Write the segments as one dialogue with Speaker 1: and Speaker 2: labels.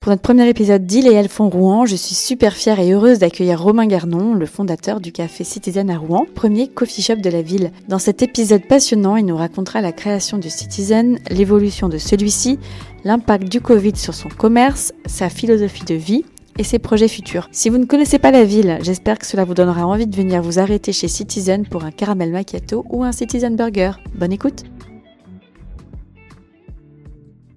Speaker 1: Pour notre premier épisode d'Île et elles font Rouen, je suis super fière et heureuse d'accueillir Romain Garnon, le fondateur du café Citizen à Rouen, premier coffee shop de la ville. Dans cet épisode passionnant, il nous racontera la création du Citizen, l'évolution de celui-ci, l'impact du Covid sur son commerce, sa philosophie de vie et ses projets futurs. Si vous ne connaissez pas la ville, j'espère que cela vous donnera envie de venir vous arrêter chez Citizen pour un caramel macchiato ou un Citizen Burger. Bonne écoute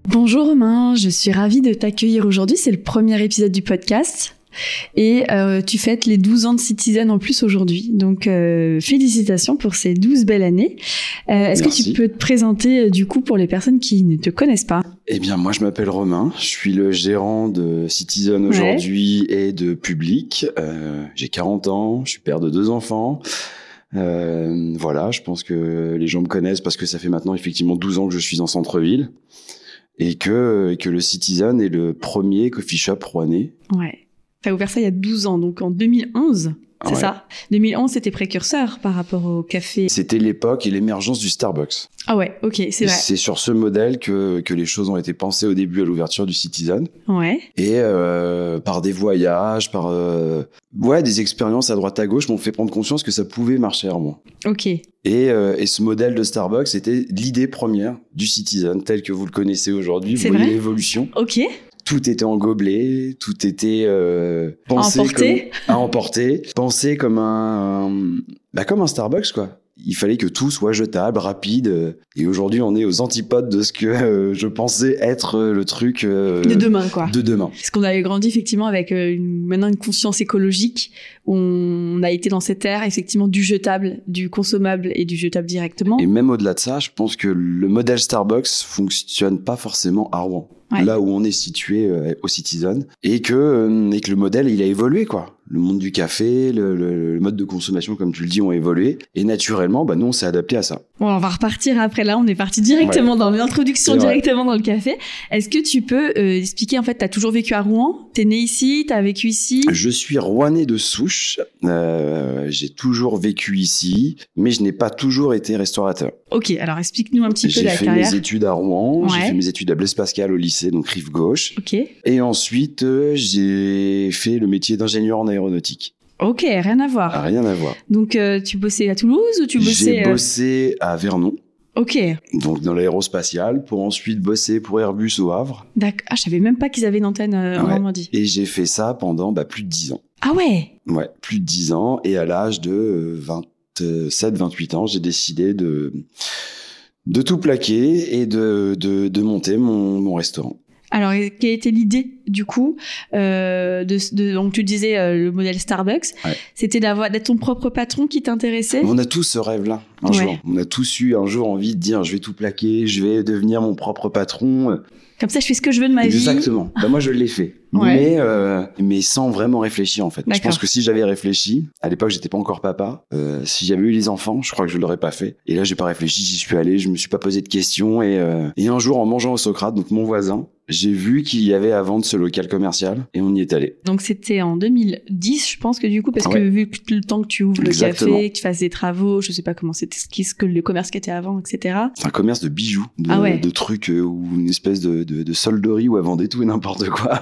Speaker 1: Bonjour Romain, je suis ravie de t'accueillir aujourd'hui, c'est le premier épisode du podcast. Et euh, tu fêtes les 12 ans de Citizen en plus aujourd'hui. Donc euh, félicitations pour ces 12 belles années. Euh, Est-ce que tu peux te présenter euh, du coup pour les personnes qui ne te connaissent pas
Speaker 2: Eh bien moi je m'appelle Romain, je suis le gérant de Citizen aujourd'hui ouais. et de Public. Euh, J'ai 40 ans, je suis père de deux enfants. Euh, voilà, je pense que les gens me connaissent parce que ça fait maintenant effectivement 12 ans que je suis en centre-ville et que, et que le Citizen est le premier coffee shop rouennais.
Speaker 1: Ouais. T'as ouvert ça il y a 12 ans, donc en 2011. C'est ouais. ça. 2011, c'était précurseur par rapport au café.
Speaker 2: C'était l'époque et l'émergence du Starbucks.
Speaker 1: Ah ouais, ok, c'est vrai.
Speaker 2: C'est sur ce modèle que, que, les choses ont été pensées au début à l'ouverture du Citizen.
Speaker 1: Ouais.
Speaker 2: Et euh, par des voyages, par euh, ouais, des expériences à droite à gauche m'ont fait prendre conscience que ça pouvait marcher à Rouen.
Speaker 1: Ok.
Speaker 2: Et, euh, et ce modèle de Starbucks était l'idée première du Citizen, tel que vous le connaissez aujourd'hui. Vous voyez l'évolution.
Speaker 1: Ok
Speaker 2: tout était en gobelet, tout était euh,
Speaker 1: pensé à emporter,
Speaker 2: comme, à emporter pensé comme un, un bah comme un Starbucks quoi. Il fallait que tout soit jetable, rapide. euh, Et aujourd'hui, on est aux antipodes de ce que euh, je pensais être le truc euh,
Speaker 1: de demain, quoi.
Speaker 2: De demain.
Speaker 1: Parce qu'on avait grandi effectivement avec euh, une, maintenant une conscience écologique. On a été dans cette ère effectivement du jetable, du consommable et du jetable directement.
Speaker 2: Et même au-delà de ça, je pense que le modèle Starbucks fonctionne pas forcément à Rouen. Ouais. là où on est situé euh, au Citizen et que euh, et que le modèle il a évolué quoi le monde du café le, le, le, mode de consommation comme tu le dis ont évolué et naturellement bah nous on s'est adapté à ça
Speaker 1: bon on va repartir après là on est parti directement ouais. dans l'introduction directement dans le café est-ce que tu peux euh, expliquer en fait tu as toujours vécu à Rouen t'es né ici t'as vécu ici
Speaker 2: Ah, je suis rouennais de souche euh, j'ai toujours vécu ici mais je n'ai pas toujours été restaurateur
Speaker 1: ok alors explique nous un petit peu la
Speaker 2: carrière j'ai fait mes études à Rouen ouais. j'ai fait mes études à Blaise Pascal au lycée donc rive gauche.
Speaker 1: Okay.
Speaker 2: Et ensuite, euh, j'ai fait le métier d'ingénieur en aéronautique.
Speaker 1: Ok, rien à voir.
Speaker 2: Ah, rien à voir.
Speaker 1: Donc, euh, tu bossais à Toulouse ou tu bossais euh,
Speaker 2: J'ai bossé à Vernon.
Speaker 1: Ok.
Speaker 2: Donc dans l'aérospatiale, pour ensuite bosser pour Airbus au Havre.
Speaker 1: D'accord. Ah, je savais même pas qu'ils avaient une antenne euh, en
Speaker 2: ouais.
Speaker 1: Normandie.
Speaker 2: Et j'ai fait ça pendant bah, plus de 10 ans.
Speaker 1: Ah ouais
Speaker 2: Ouais, plus de 10 ans. Et à l'âge de 27, 28 ans, j'ai décidé de de tout plaquer et de, de, de monter mon, mon, restaurant.
Speaker 1: Alors, quelle était l'idée du coup euh, de, de, Donc, tu disais euh, le modèle Starbucks, ouais. c'était d'avoir d'être ton propre patron qui t'intéressait.
Speaker 2: On a tous ce rêve-là un ouais. jour. On a tous eu un jour envie de dire je vais tout plaquer, je vais devenir mon propre patron.
Speaker 1: Comme ça, je fais ce que je veux de ma
Speaker 2: Exactement. vie. Exactement. Ben, moi, je l'ai fait. Ouais. Mais, euh, mais sans vraiment réfléchir, en fait. Je pense que si j'avais réfléchi, à l'époque, j'étais pas encore papa. Euh, si j'avais eu les enfants, je crois que je l'aurais pas fait. Et là, j'ai pas réfléchi, j'y suis allé, je me suis pas posé de questions. Et, euh, et un jour, en mangeant au Socrate, donc mon voisin, j'ai vu qu'il y avait à vendre ce local commercial et on y est allé.
Speaker 1: Donc c'était en 2010, je pense que du coup, parce ouais. que vu que le temps que tu ouvres Exactement. le café, que tu fasses des travaux, je sais pas comment c'était, ce que le commerce qui était avant, etc.
Speaker 2: C'est un commerce de bijoux, de, ah ouais. de trucs ou une espèce de, de, de, solderie où elle vendait tout et n'importe quoi.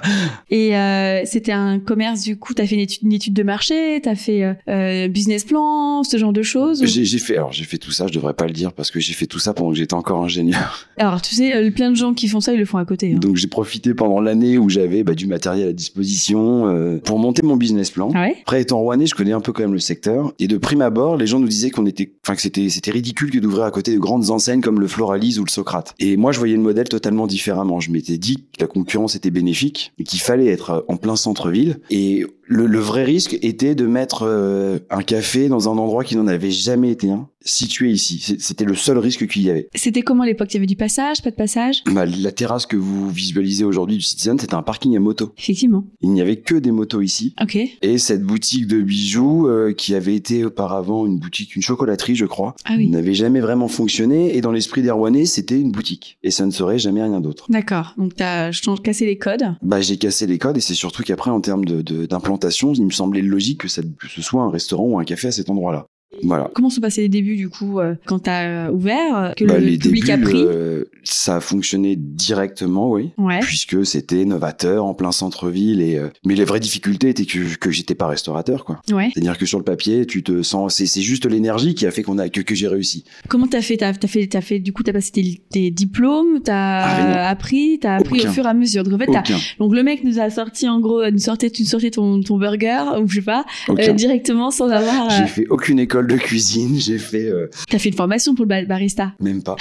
Speaker 1: Et euh, c'était un commerce, du coup, tu as fait une étude, une étude, de marché, tu as fait euh, business plan, ce genre de choses ou...
Speaker 2: J'ai fait, alors j'ai fait tout ça, je devrais pas le dire parce que j'ai fait tout ça pendant que j'étais encore ingénieur.
Speaker 1: Alors tu sais, euh, plein de gens qui font ça, ils le font à côté. Hein.
Speaker 2: Donc j'ai profité pendant l'année où j'avais bah, du matériel à disposition euh, pour monter mon business plan.
Speaker 1: Ah ouais
Speaker 2: Après étant rouennais, je connais un peu quand même le secteur et de prime abord, les gens nous disaient qu'on était enfin que c'était c'était ridicule que d'ouvrir à côté de grandes enseignes comme le Floralis ou le Socrate. Et moi je voyais le modèle totalement différemment. Je m'étais dit que la concurrence était bénéfique et qu'il fallait être euh, en plein centre-ville et le, le, vrai risque était de mettre euh, un café dans un endroit qui n'en avait jamais été un, situé ici. C'était le seul risque qu'il y avait.
Speaker 1: C'était comment à l'époque Il y avait du passage, pas de passage
Speaker 2: bah, La terrasse que vous visualisez aujourd'hui du Citizen, c'était un parking à moto.
Speaker 1: Effectivement.
Speaker 2: Il n'y avait que des motos ici.
Speaker 1: Ok.
Speaker 2: Et cette boutique de bijoux, euh, qui avait été auparavant une boutique, une chocolaterie, je crois,
Speaker 1: ah oui.
Speaker 2: n'avait jamais vraiment fonctionné. Et dans l'esprit des Rouennais, c'était une boutique. Et ça ne serait jamais rien d'autre.
Speaker 1: D'accord. Donc, tu as cassé les codes
Speaker 2: bah, J'ai cassé les codes. Et c'est surtout qu'après, en termes d'implantation, de, de il me semblait logique que, ça, que, ce soit un restaurant ou un café à cet endroit-là. Voilà.
Speaker 1: Comment sont passés les débuts du coup euh, quand t'as euh, ouvert que
Speaker 2: Bah,
Speaker 1: le
Speaker 2: les
Speaker 1: public
Speaker 2: débuts,
Speaker 1: a pris
Speaker 2: euh, ça a fonctionné directement, oui.
Speaker 1: Ouais.
Speaker 2: Puisque c'était novateur en plein centre-ville et euh, mais les vraies difficultés étaient que, que j'étais pas restaurateur quoi.
Speaker 1: Ouais.
Speaker 2: C'est-à-dire que sur le papier, tu te sens c'est c'est juste l'énergie qui a fait qu'on a que, que j'ai réussi.
Speaker 1: Comment t'as fait T'as t'as fait t'as fait du coup t'as passé tes, tes diplômes, t'as
Speaker 2: Ah, rien.
Speaker 1: appris, t'as appris
Speaker 2: Aucun.
Speaker 1: au fur et à mesure. Donc en fait, t'as- euh,
Speaker 2: Aucun.
Speaker 1: donc le mec nous a sorti en gros, nous sortait, tu nous sortais ton, ton burger ou je sais pas euh,
Speaker 2: Aucun.
Speaker 1: directement sans avoir. euh,
Speaker 2: J'ai fait aucune école de cuisine, j'ai fait euh,
Speaker 1: T'as fait une formation pour le ba- barista.
Speaker 2: même pas.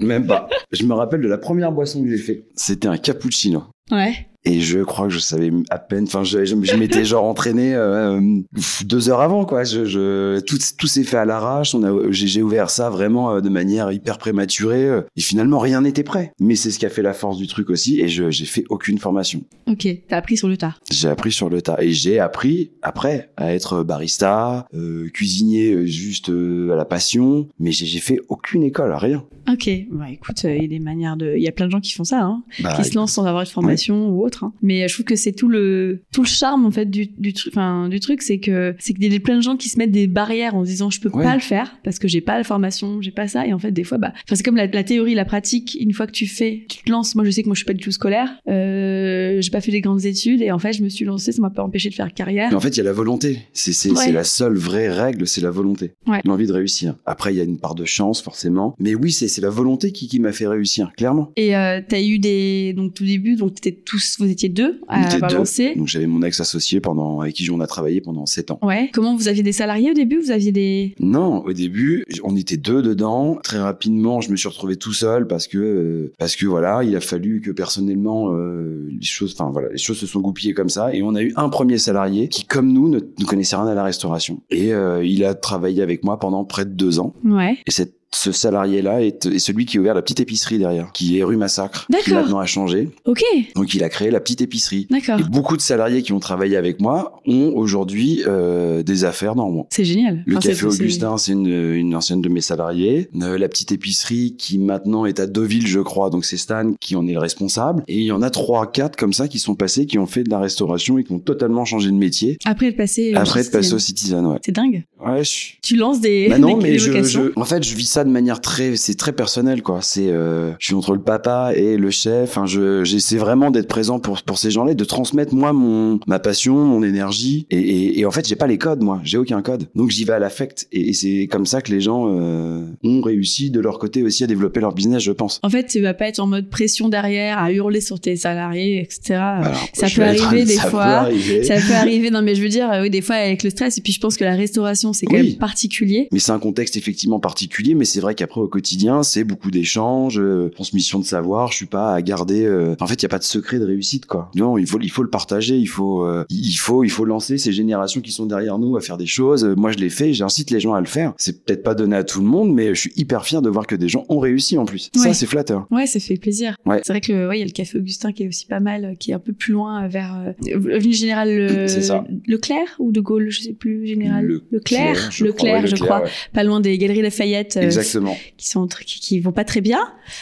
Speaker 2: même pas. Je me rappelle de la première boisson que j'ai fait. C'était un cappuccino.
Speaker 1: Ouais.
Speaker 2: Et je crois que je savais à peine. Enfin, je, je, je m'étais genre entraîné euh, euh, pff, deux heures avant, quoi. Je, je, tout tout s'est fait à l'arrache. On a, j'ai, j'ai ouvert ça vraiment euh, de manière hyper prématurée. euh, et finalement, rien n'était prêt. Mais c'est ce qui a fait la force du truc aussi. Et je, j'ai fait aucune formation.
Speaker 1: Ok. T'as appris sur le tas.
Speaker 2: J'ai appris sur le tas. Et j'ai appris après à être barista, euh, cuisinier euh, juste euh, à la passion. Mais j'ai, j'ai fait aucune école, rien.
Speaker 1: Ok. Bah écoute, euh, il y a des manières de, il y a plein de gens qui font ça. Hein.
Speaker 2: Bah,
Speaker 1: qui se lancent sans avoir de formation ou autre. hein. Mais euh, je trouve que c'est tout le tout le charme en fait du du truc, enfin du truc, c'est que c'est qu'il y a plein de gens qui se mettent des barrières en se disant je peux
Speaker 2: Ouais.
Speaker 1: pas le faire parce que j'ai pas la formation, j'ai pas ça. Et en fait des fois bah, enfin c'est comme la, la théorie, la pratique. Une fois que tu fais, tu te lances. Moi je sais que moi je suis pas du tout scolaire, euh, j'ai pas fait des grandes études et en fait je me suis lancée, ça m'a pas empêché de faire carrière.
Speaker 2: Mais en fait, il y a la volonté. C'est c'est-
Speaker 1: Ouais.
Speaker 2: c'est la seule vraie règle, c'est la volonté.
Speaker 1: Ouais.
Speaker 2: L'envie de réussir. Après, il y a une part de chance, forcément. Mais oui, c'est c'est la volonté qui, qui m'a fait réussir, clairement.
Speaker 1: Et euh, t'as eu des donc tout début donc t'étais tous vous étiez deux
Speaker 2: On
Speaker 1: à
Speaker 2: était
Speaker 1: avoir
Speaker 2: deux.
Speaker 1: lancé.
Speaker 2: Donc j'avais mon ex-associé pendant avec qui on a travaillé pendant sept ans.
Speaker 1: Ouais. Comment vous aviez des salariés au début Vous aviez des
Speaker 2: Non, au début, on était deux dedans. Très rapidement, je me suis retrouvé tout seul parce que euh, parce que voilà, il a fallu que personnellement euh, les choses, enfin voilà, les choses se sont goupillées comme ça. Et on a eu un premier salarié qui, comme nous, ne, ne connaissait rien à la restauration. Et euh, il a travaillé avec moi pendant près de deux ans.
Speaker 1: ouais.
Speaker 2: Et cette- ce salarié-là est, est celui qui a ouvert la petite épicerie derrière, qui est rue Massacre, qui
Speaker 1: D'accord.
Speaker 2: maintenant a changé.
Speaker 1: Ok.
Speaker 2: Donc il a créé la petite épicerie.
Speaker 1: D'accord.
Speaker 2: Et beaucoup de salariés qui ont travaillé avec moi ont aujourd'hui euh, des affaires dans moi.
Speaker 1: C'est génial.
Speaker 2: Le
Speaker 1: Enfin, c'est-
Speaker 2: Café
Speaker 1: c'est-
Speaker 2: Augustin, c'est une, une ancienne de mes salariés. Euh, la petite épicerie qui maintenant est à Deauville, je crois. Donc c'est Stan qui en est le responsable. Et il y en a trois, quatre comme ça qui sont passés, qui ont fait de la restauration et qui ont totalement changé de métier.
Speaker 1: Après de passer.
Speaker 2: Après de passer au Citizen, ouais.
Speaker 1: C'est dingue.
Speaker 2: Ouais, je-
Speaker 1: Tu lances des,
Speaker 2: Bah non,
Speaker 1: des-
Speaker 2: mais
Speaker 1: des
Speaker 2: je,
Speaker 1: vocations.
Speaker 2: je- en fait, je vis ça de manière très, c'est très personnel, quoi. C'est, euh, je suis entre le papa et le chef. Enfin, je, j'essaie vraiment d'être présent pour pour ces gens-là, et de transmettre moi mon ma passion, mon énergie. Et, et, et en fait, j'ai pas les codes, moi. J'ai aucun code. Donc j'y vais à l'affect. Et, et c'est comme ça que les gens euh, ont réussi de leur côté aussi à développer leur business, je pense.
Speaker 1: En fait, tu vas pas être en mode pression derrière, à hurler sur tes salariés, etc.
Speaker 2: Alors,
Speaker 1: Ah, ça
Speaker 2: je
Speaker 1: peut
Speaker 2: vais être-
Speaker 1: arriver des
Speaker 2: ça peut
Speaker 1: fois.
Speaker 2: arriver.
Speaker 1: Ça peut arriver, non mais je veux dire, euh, oui, des fois avec le stress, et puis je pense que la restauration, c'est quand
Speaker 2: Oui.
Speaker 1: même particulier.
Speaker 2: Mais c'est un contexte effectivement particulier, mais c'est vrai qu'après au quotidien, c'est beaucoup d'échanges, euh, transmission de savoir. Je suis pas à garder. euh, En fait, il y a pas de secret de réussite, quoi. Non, il faut, il faut le partager. Il faut, euh, il faut, il faut lancer ces générations qui sont derrière nous à faire des choses. Euh, Moi, je l'ai fait. J'incite les gens à le faire. C'est peut-être pas donné à tout le monde, mais je suis hyper fier de voir que des gens ont réussi en plus. Ça,
Speaker 1: Ouais.
Speaker 2: c'est flatteur.
Speaker 1: Ouais, ça fait plaisir.
Speaker 2: Ouais.
Speaker 1: C'est vrai que ouais, il y a le café Augustin qui est aussi pas mal, euh, qui est un peu plus loin euh, vers euh, avenue Général euh,
Speaker 2: C'est ça.
Speaker 1: Leclerc ou de Gaulle, je sais plus, Général Leclerc,
Speaker 2: je
Speaker 1: Leclerc,
Speaker 2: crois, ouais,
Speaker 1: je
Speaker 2: Leclerc,
Speaker 1: crois.
Speaker 2: ouais.
Speaker 1: pas loin des Galeries Lafayette, euh,
Speaker 2: Exactement.
Speaker 1: qui sont qui, qui vont pas très bien.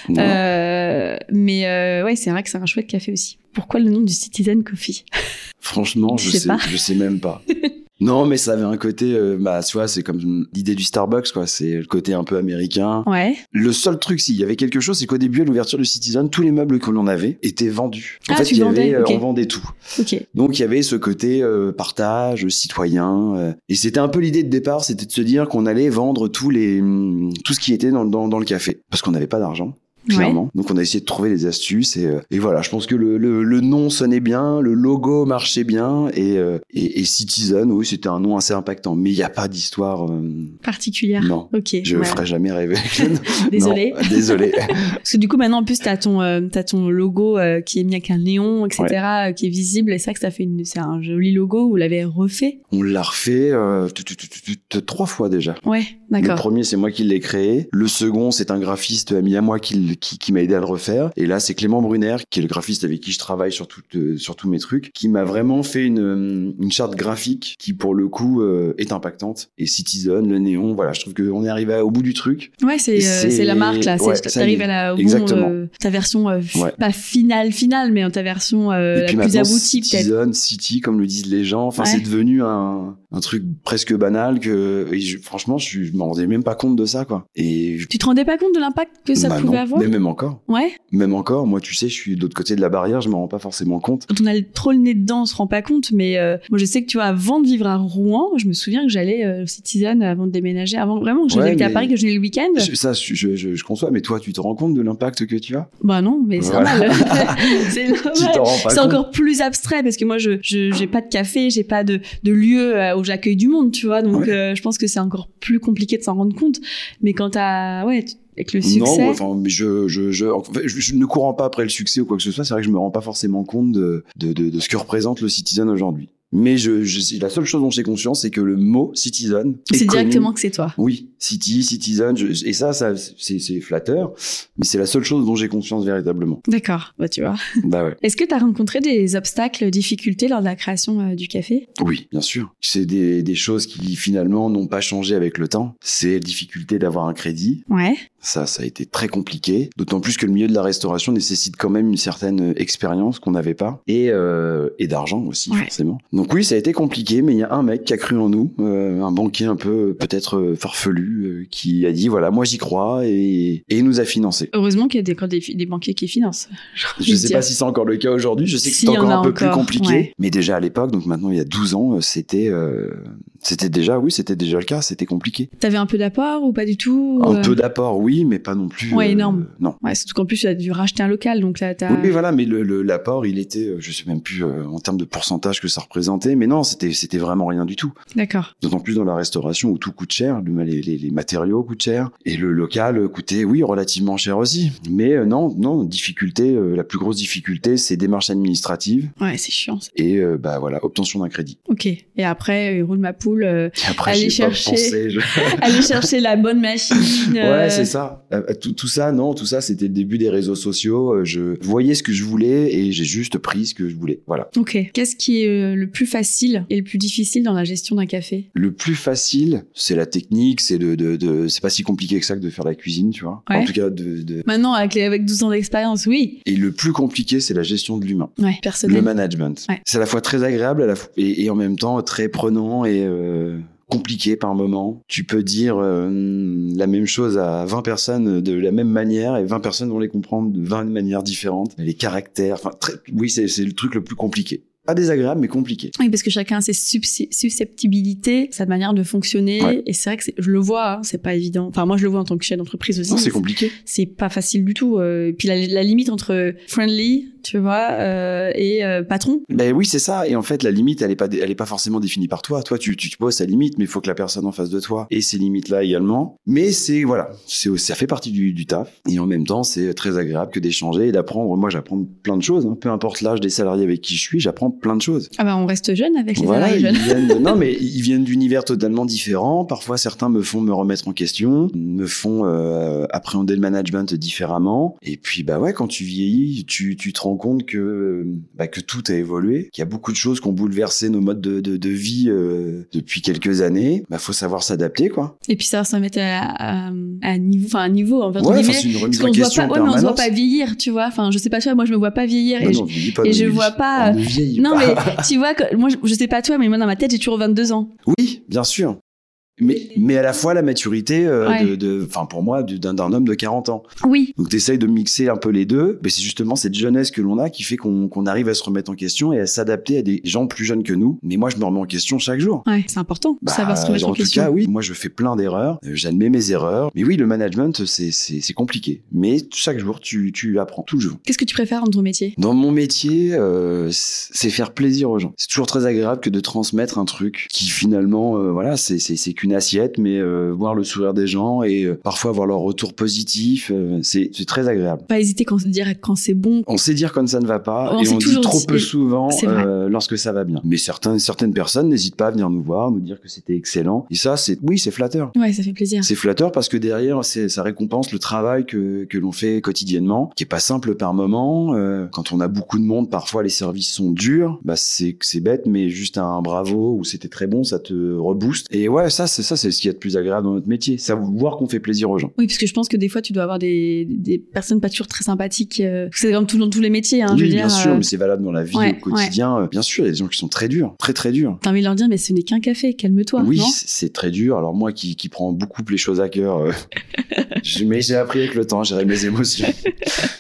Speaker 2: Voilà.
Speaker 1: Euh, mais euh, ouais, c'est vrai que c'est un chouette café aussi. Pourquoi le nom du Citizen Coffee
Speaker 2: Franchement,
Speaker 1: Je
Speaker 2: je
Speaker 1: sais
Speaker 2: sais,
Speaker 1: pas.
Speaker 2: je sais même pas. non, mais ça avait un côté, euh, bah, tu vois, c'est comme l'idée du Starbucks, quoi. C'est le côté un peu américain.
Speaker 1: Ouais.
Speaker 2: Le seul truc, s'il y avait quelque chose, c'est qu'au début, à l'ouverture du Citizen, tous les meubles que l'on avait étaient vendus. En
Speaker 1: Ah,
Speaker 2: fait,
Speaker 1: tu
Speaker 2: il y
Speaker 1: vendais,
Speaker 2: avait, euh,
Speaker 1: ok.
Speaker 2: on vendait tout.
Speaker 1: Ok.
Speaker 2: Donc, il y avait ce côté euh, partage, citoyen. euh, et c'était un peu l'idée de départ, c'était de se dire qu'on allait vendre tous les, hum, tout ce qui était dans, dans, dans le café. Parce qu'on n'avait pas d'argent. Clairement. Donc on a essayé de trouver des astuces et, euh, et voilà, je pense que le, le, le nom sonnait bien, le logo marchait bien et, euh, et, et Citizen, oui, c'était un nom assez impactant. Mais il n'y a pas d'histoire. euh,
Speaker 1: Ouais. Particulière.
Speaker 2: non,
Speaker 1: Ok.
Speaker 2: je ne
Speaker 1: Ah. ouais.
Speaker 2: ferai jamais rêver.
Speaker 1: Désolée.
Speaker 2: Non, désolé.
Speaker 1: Parce que du coup, maintenant, en plus, t'as ton, euh, t'as ton logo euh, qui est mis avec un néon, etc., euh, qui est visible. Et c'est vrai que ça fait une, c'est un joli logo. Vous l'avez refait.
Speaker 2: On l'a refait euh, tu- tu- tu- tu- tu- trois fois déjà.
Speaker 1: Ouais.
Speaker 2: Le
Speaker 1: D'accord.
Speaker 2: premier, c'est moi qui l'ai créé. Le second, c'est un graphiste ami à moi qui, l- qui, qui m'a aidé à le refaire. Et là, c'est Clément Brunner, qui est le graphiste avec qui je travaille sur, tout, euh, sur tous mes trucs, qui m'a vraiment fait une, euh, une charte graphique qui, pour le coup, euh, est impactante. Et Citizen, le néon, voilà, je trouve qu'on est arrivé au bout du truc.
Speaker 1: Ouais, c'est, euh,
Speaker 2: c'est-
Speaker 1: c'est la marque là. C'est-
Speaker 2: ouais, ça y
Speaker 1: T'arrives
Speaker 2: est.
Speaker 1: à la au bon,
Speaker 2: Exactement.
Speaker 1: euh, ta version euh, f-
Speaker 2: Ouais.
Speaker 1: pas finale finale, mais euh, ta version euh,
Speaker 2: et
Speaker 1: la
Speaker 2: puis
Speaker 1: plus
Speaker 2: maintenant,
Speaker 1: aboutie peut-être.
Speaker 2: Citizen, City, comme le disent les gens, enfin,
Speaker 1: Ouais.
Speaker 2: c'est devenu un, un truc presque banal que et je- franchement je, suis- je m'en rendais même pas compte de ça quoi. Et je-
Speaker 1: Tu te rendais pas compte de l'impact que ça
Speaker 2: Bah
Speaker 1: pouvait
Speaker 2: non.
Speaker 1: avoir
Speaker 2: Mais même encore,
Speaker 1: Ouais.
Speaker 2: même encore, moi tu sais, je suis de l'autre côté de la barrière, je m'en rends pas forcément compte.
Speaker 1: Quand on a le- trop le nez dedans, on se rend pas compte. Mais euh, moi, je sais que tu vois, avant de vivre à Rouen, je me souviens que j'allais euh, au Citizen avant de déménager. Avant vraiment, que
Speaker 2: Ouais,
Speaker 1: j'étais à
Speaker 2: mais-
Speaker 1: Paris, que je venais le week-end.
Speaker 2: Je- ça je, je- je- je conçois, mais toi tu te rends compte de l'impact que tu as
Speaker 1: Bah non, mais c'est
Speaker 2: Voilà.
Speaker 1: normal. c'est normal.
Speaker 2: Tu t'en rends pas
Speaker 1: C'est
Speaker 2: compte.
Speaker 1: encore plus abstrait parce que moi, je je- j'ai pas de café, j'ai pas de, de lieu euh, où j'accueille du monde, tu vois. Donc,
Speaker 2: Ouais.
Speaker 1: euh, je pense que c'est encore plus compliqué de s'en rendre compte. Mais quand t'as ouais, tu- avec le succès,
Speaker 2: Non, enfin, mais je, je, je, en fait, je- je ne courant pas après le succès ou quoi que ce soit. C'est vrai que je me rends pas forcément compte de, de, de, de ce que représente le Citizen aujourd'hui. Mais je, je, la seule chose dont j'ai conscience, c'est que le mot Citizen. est
Speaker 1: c'est
Speaker 2: connu.
Speaker 1: directement que c'est toi.
Speaker 2: Oui, City, Citizen, je- et ça, ça c'est c'est flatteur, mais c'est la seule chose dont j'ai conscience véritablement.
Speaker 1: D'accord, bah tu vois.
Speaker 2: bah ouais.
Speaker 1: Est-ce que t'as rencontré des obstacles, difficultés lors de la création euh, du café
Speaker 2: Oui, bien sûr. C'est des, des choses qui finalement n'ont pas changé avec le temps. C'est la difficulté d'avoir un crédit.
Speaker 1: Ouais.
Speaker 2: Ça, ça a été très compliqué. D'autant plus que le milieu de la restauration nécessite quand même une certaine euh, expérience qu'on n'avait pas. Et, euh, et d'argent aussi,
Speaker 1: Ouais.
Speaker 2: forcément. Donc oui, ça a été compliqué, mais il y a un mec qui a cru en nous, euh, un banquier un peu euh, peut-être euh, farfelu, euh, qui a dit, voilà, moi j'y crois, et, et il nous a financé.
Speaker 1: Heureusement qu'il y a des, des, des banquiers qui financent. j'ai envie
Speaker 2: Je
Speaker 1: de
Speaker 2: sais
Speaker 1: dire.
Speaker 2: pas si c'est encore le cas aujourd'hui, je sais que
Speaker 1: Si,
Speaker 2: c'est
Speaker 1: il y
Speaker 2: encore
Speaker 1: en a
Speaker 2: un peu plus
Speaker 1: encore,
Speaker 2: compliqué,
Speaker 1: ouais.
Speaker 2: mais déjà à l'époque, donc maintenant il y a 12 ans, euh, c'était euh, c'était déjà oui, c'était déjà le cas, c'était compliqué.
Speaker 1: T'avais un peu d'apport ou pas du tout
Speaker 2: Un
Speaker 1: euh,
Speaker 2: peu d'apport oui, mais pas non plus euh,
Speaker 1: Ouais, énorme. Euh,
Speaker 2: Non.
Speaker 1: Ouais, surtout qu'en plus, tu as dû racheter un local, donc là, t'as.
Speaker 2: Oui, mais voilà, mais le- le- l'apport, il était, euh, je sais même plus euh, en termes de pourcentage que ça représentait, mais non, c'était c'était vraiment rien du tout.
Speaker 1: D'accord.
Speaker 2: D'autant plus dans la restauration où tout coûte cher, le- les, les- les matériaux coûtent cher, et le local euh, coûtait, oui, relativement cher aussi. Mais euh, non, non, difficulté, euh, la plus grosse difficulté, c'est démarche administrative
Speaker 1: Ouais, c'est chiant. ça.
Speaker 2: et euh, bah voilà, obtention d'un crédit.
Speaker 1: Ok. Et après, euh, roule ma poule, euh,
Speaker 2: Et après,
Speaker 1: Aller
Speaker 2: j'y ai pas
Speaker 1: chercher.
Speaker 2: pensé, je-
Speaker 1: aller chercher la bonne machine. euh,
Speaker 2: Ouais, c'est ça. Euh, Tout, tout ça, non, tout ça, c'était le début des réseaux sociaux. Euh, Je voyais ce que je voulais et j'ai juste pris ce que je voulais. Voilà.
Speaker 1: Ok. Qu'est-ce qui est euh, le plus facile et le plus difficile dans la gestion d'un café
Speaker 2: Le plus facile, c'est la technique, c'est de, de, de- c'est pas si compliqué que ça que de faire la cuisine, tu vois.
Speaker 1: Ouais.
Speaker 2: En tout cas, de, de-
Speaker 1: Maintenant, avec, les- avec 12 ans d'expérience, oui.
Speaker 2: Et le plus compliqué, c'est la gestion de l'humain,
Speaker 1: Ouais,
Speaker 2: le
Speaker 1: personnel.
Speaker 2: management.
Speaker 1: Ouais.
Speaker 2: C'est à la fois très agréable à la fois- et, et en même temps très prenant et euh, compliqué par moment. Tu peux dire euh, la même chose à 20 personnes de la même manière et 20 personnes vont les comprendre de 20 manières différentes. Les caractères, enfin, très- oui, c'est c'est le truc le plus compliqué. Pas désagréable, mais compliqué.
Speaker 1: Oui, parce que chacun a ses subsi- susceptibilités, sa manière de fonctionner.
Speaker 2: Ouais.
Speaker 1: Et c'est vrai que c'est- je le vois, hein, c'est pas évident. Enfin, moi, je le vois en tant que chef d'entreprise aussi.
Speaker 2: Non, c'est
Speaker 1: mais
Speaker 2: compliqué.
Speaker 1: c'est pas facile du tout. euh, et puis la, la limite entre friendly, tu vois, euh, et euh, patron.
Speaker 2: Ben oui, c'est ça. Et en fait, la limite, elle est pas, dé- elle est pas forcément définie par toi. Toi, tu, tu, tu poses ta limite, mais il faut que la personne en face de toi ait ces limites-là également. Mais c'est, voilà, c'est, ça fait partie du, du taf. Et en même temps, c'est très agréable que d'échanger et d'apprendre. Moi, j'apprends plein de choses. hein. Peu importe l'âge des salariés avec qui je suis, j'apprends plein de choses.
Speaker 1: Ah bah on reste jeune avec les
Speaker 2: Voilà,
Speaker 1: salariés
Speaker 2: ils
Speaker 1: jeunes.
Speaker 2: viennent de- non, mais ils viennent d'univers totalement différents. Parfois, certains me font me remettre en question, me font euh, appréhender le management différemment. Et puis, bah ouais, quand tu vieillis, tu, tu te rends compte que, euh, bah, que tout a évolué, qu'il y a beaucoup de choses qui ont bouleversé nos modes de, de, de vie euh, depuis quelques années. Bah, faut savoir s'adapter, quoi.
Speaker 1: Et puis ça, ça met à, à, à niveau, enfin à niveau en fait.
Speaker 2: Ouais, enfin, c'est une remise
Speaker 1: parce
Speaker 2: en
Speaker 1: qu'on se voit
Speaker 2: question
Speaker 1: pas, ouais,
Speaker 2: en
Speaker 1: mais on se voit
Speaker 2: permanence.
Speaker 1: pas vieillir, tu vois. Enfin, je sais pas toi, moi je me vois pas vieillir.
Speaker 2: Non,
Speaker 1: et
Speaker 2: non, je vieillis pas,
Speaker 1: et
Speaker 2: non,
Speaker 1: je
Speaker 2: vieillis-
Speaker 1: vois pas-
Speaker 2: on ne vieillit
Speaker 1: je- non,
Speaker 2: pas.
Speaker 1: mais tu vois, que- moi je, je sais pas toi, mais moi dans ma tête j'ai toujours 22 ans.
Speaker 2: Oui, bien sûr. Mais, mais à la fois la maturité, euh,
Speaker 1: Ouais.
Speaker 2: de- de, enfin pour moi, du- d'un d'un homme de 40 ans.
Speaker 1: Oui.
Speaker 2: Donc t'essayes de mixer un peu les deux, mais c'est justement cette jeunesse que l'on a qui fait qu'on qu'on arrive à se remettre en question et à s'adapter à des gens plus jeunes que nous. Mais moi, je me remets en question chaque jour.
Speaker 1: Ouais, c'est important. de
Speaker 2: Bah,
Speaker 1: savoir se remettre en,
Speaker 2: en tout
Speaker 1: question.
Speaker 2: cas, oui, moi je fais plein d'erreurs, euh, j'admets mes erreurs, mais oui, le management c'est- c'est c'est compliqué. Mais chaque jour, tu, tu apprends, tout le jour.
Speaker 1: Qu'est-ce que tu préfères dans ton métier
Speaker 2: Dans mon métier, euh, c'est faire plaisir aux gens. C'est toujours très agréable que de transmettre un truc qui finalement, euh, voilà, c'est- c'est c'est qu'une assiette, mais euh, voir le sourire des gens et euh, parfois voir leur retour positif, euh, c'est c'est très agréable.
Speaker 1: Pas hésiter quand dire quand c'est bon.
Speaker 2: On sait dire quand ça ne va pas
Speaker 1: On
Speaker 2: et
Speaker 1: sait
Speaker 2: on dit
Speaker 1: toujours
Speaker 2: trop
Speaker 1: si-
Speaker 2: peu souvent
Speaker 1: c'est vrai.
Speaker 2: euh, lorsque ça va bien. Mais certains, certaines personnes n'hésitent pas à venir nous voir, nous dire que c'était excellent. Et ça, c'est oui, c'est flatteur.
Speaker 1: Ouais, ça fait plaisir.
Speaker 2: C'est flatteur parce que derrière, c'est- ça récompense le travail que, que l'on fait quotidiennement, qui est pas simple par moment. Euh, quand on a beaucoup de monde, parfois les services sont durs. Bah c'est c'est bête, mais juste un bravo ou c'était très bon, ça te rebooste. Et ouais, ça, c'est- c'est ça, c'est ce qu'il y a de plus agréable dans notre métier. C'est voir qu'on fait plaisir aux gens.
Speaker 1: Oui, parce que je pense que des fois, tu dois avoir des, des personnes pas toujours très sympathiques. euh, c'est comme tout dans tous les métiers, hein,
Speaker 2: oui,
Speaker 1: je veux
Speaker 2: bien
Speaker 1: dire.
Speaker 2: sûr,
Speaker 1: euh,
Speaker 2: mais c'est valable dans la vie,
Speaker 1: ouais,
Speaker 2: au quotidien. Euh, Bien sûr, il y a des gens qui sont très durs, très très durs.
Speaker 1: T'as envie de leur dire, mais ce n'est qu'un café, calme-toi.
Speaker 2: oui,
Speaker 1: non
Speaker 2: c'est- c'est très dur. Alors moi, qui, qui prends beaucoup les choses à cœur, euh, je- mais j'ai appris avec le temps à gérer mes émotions.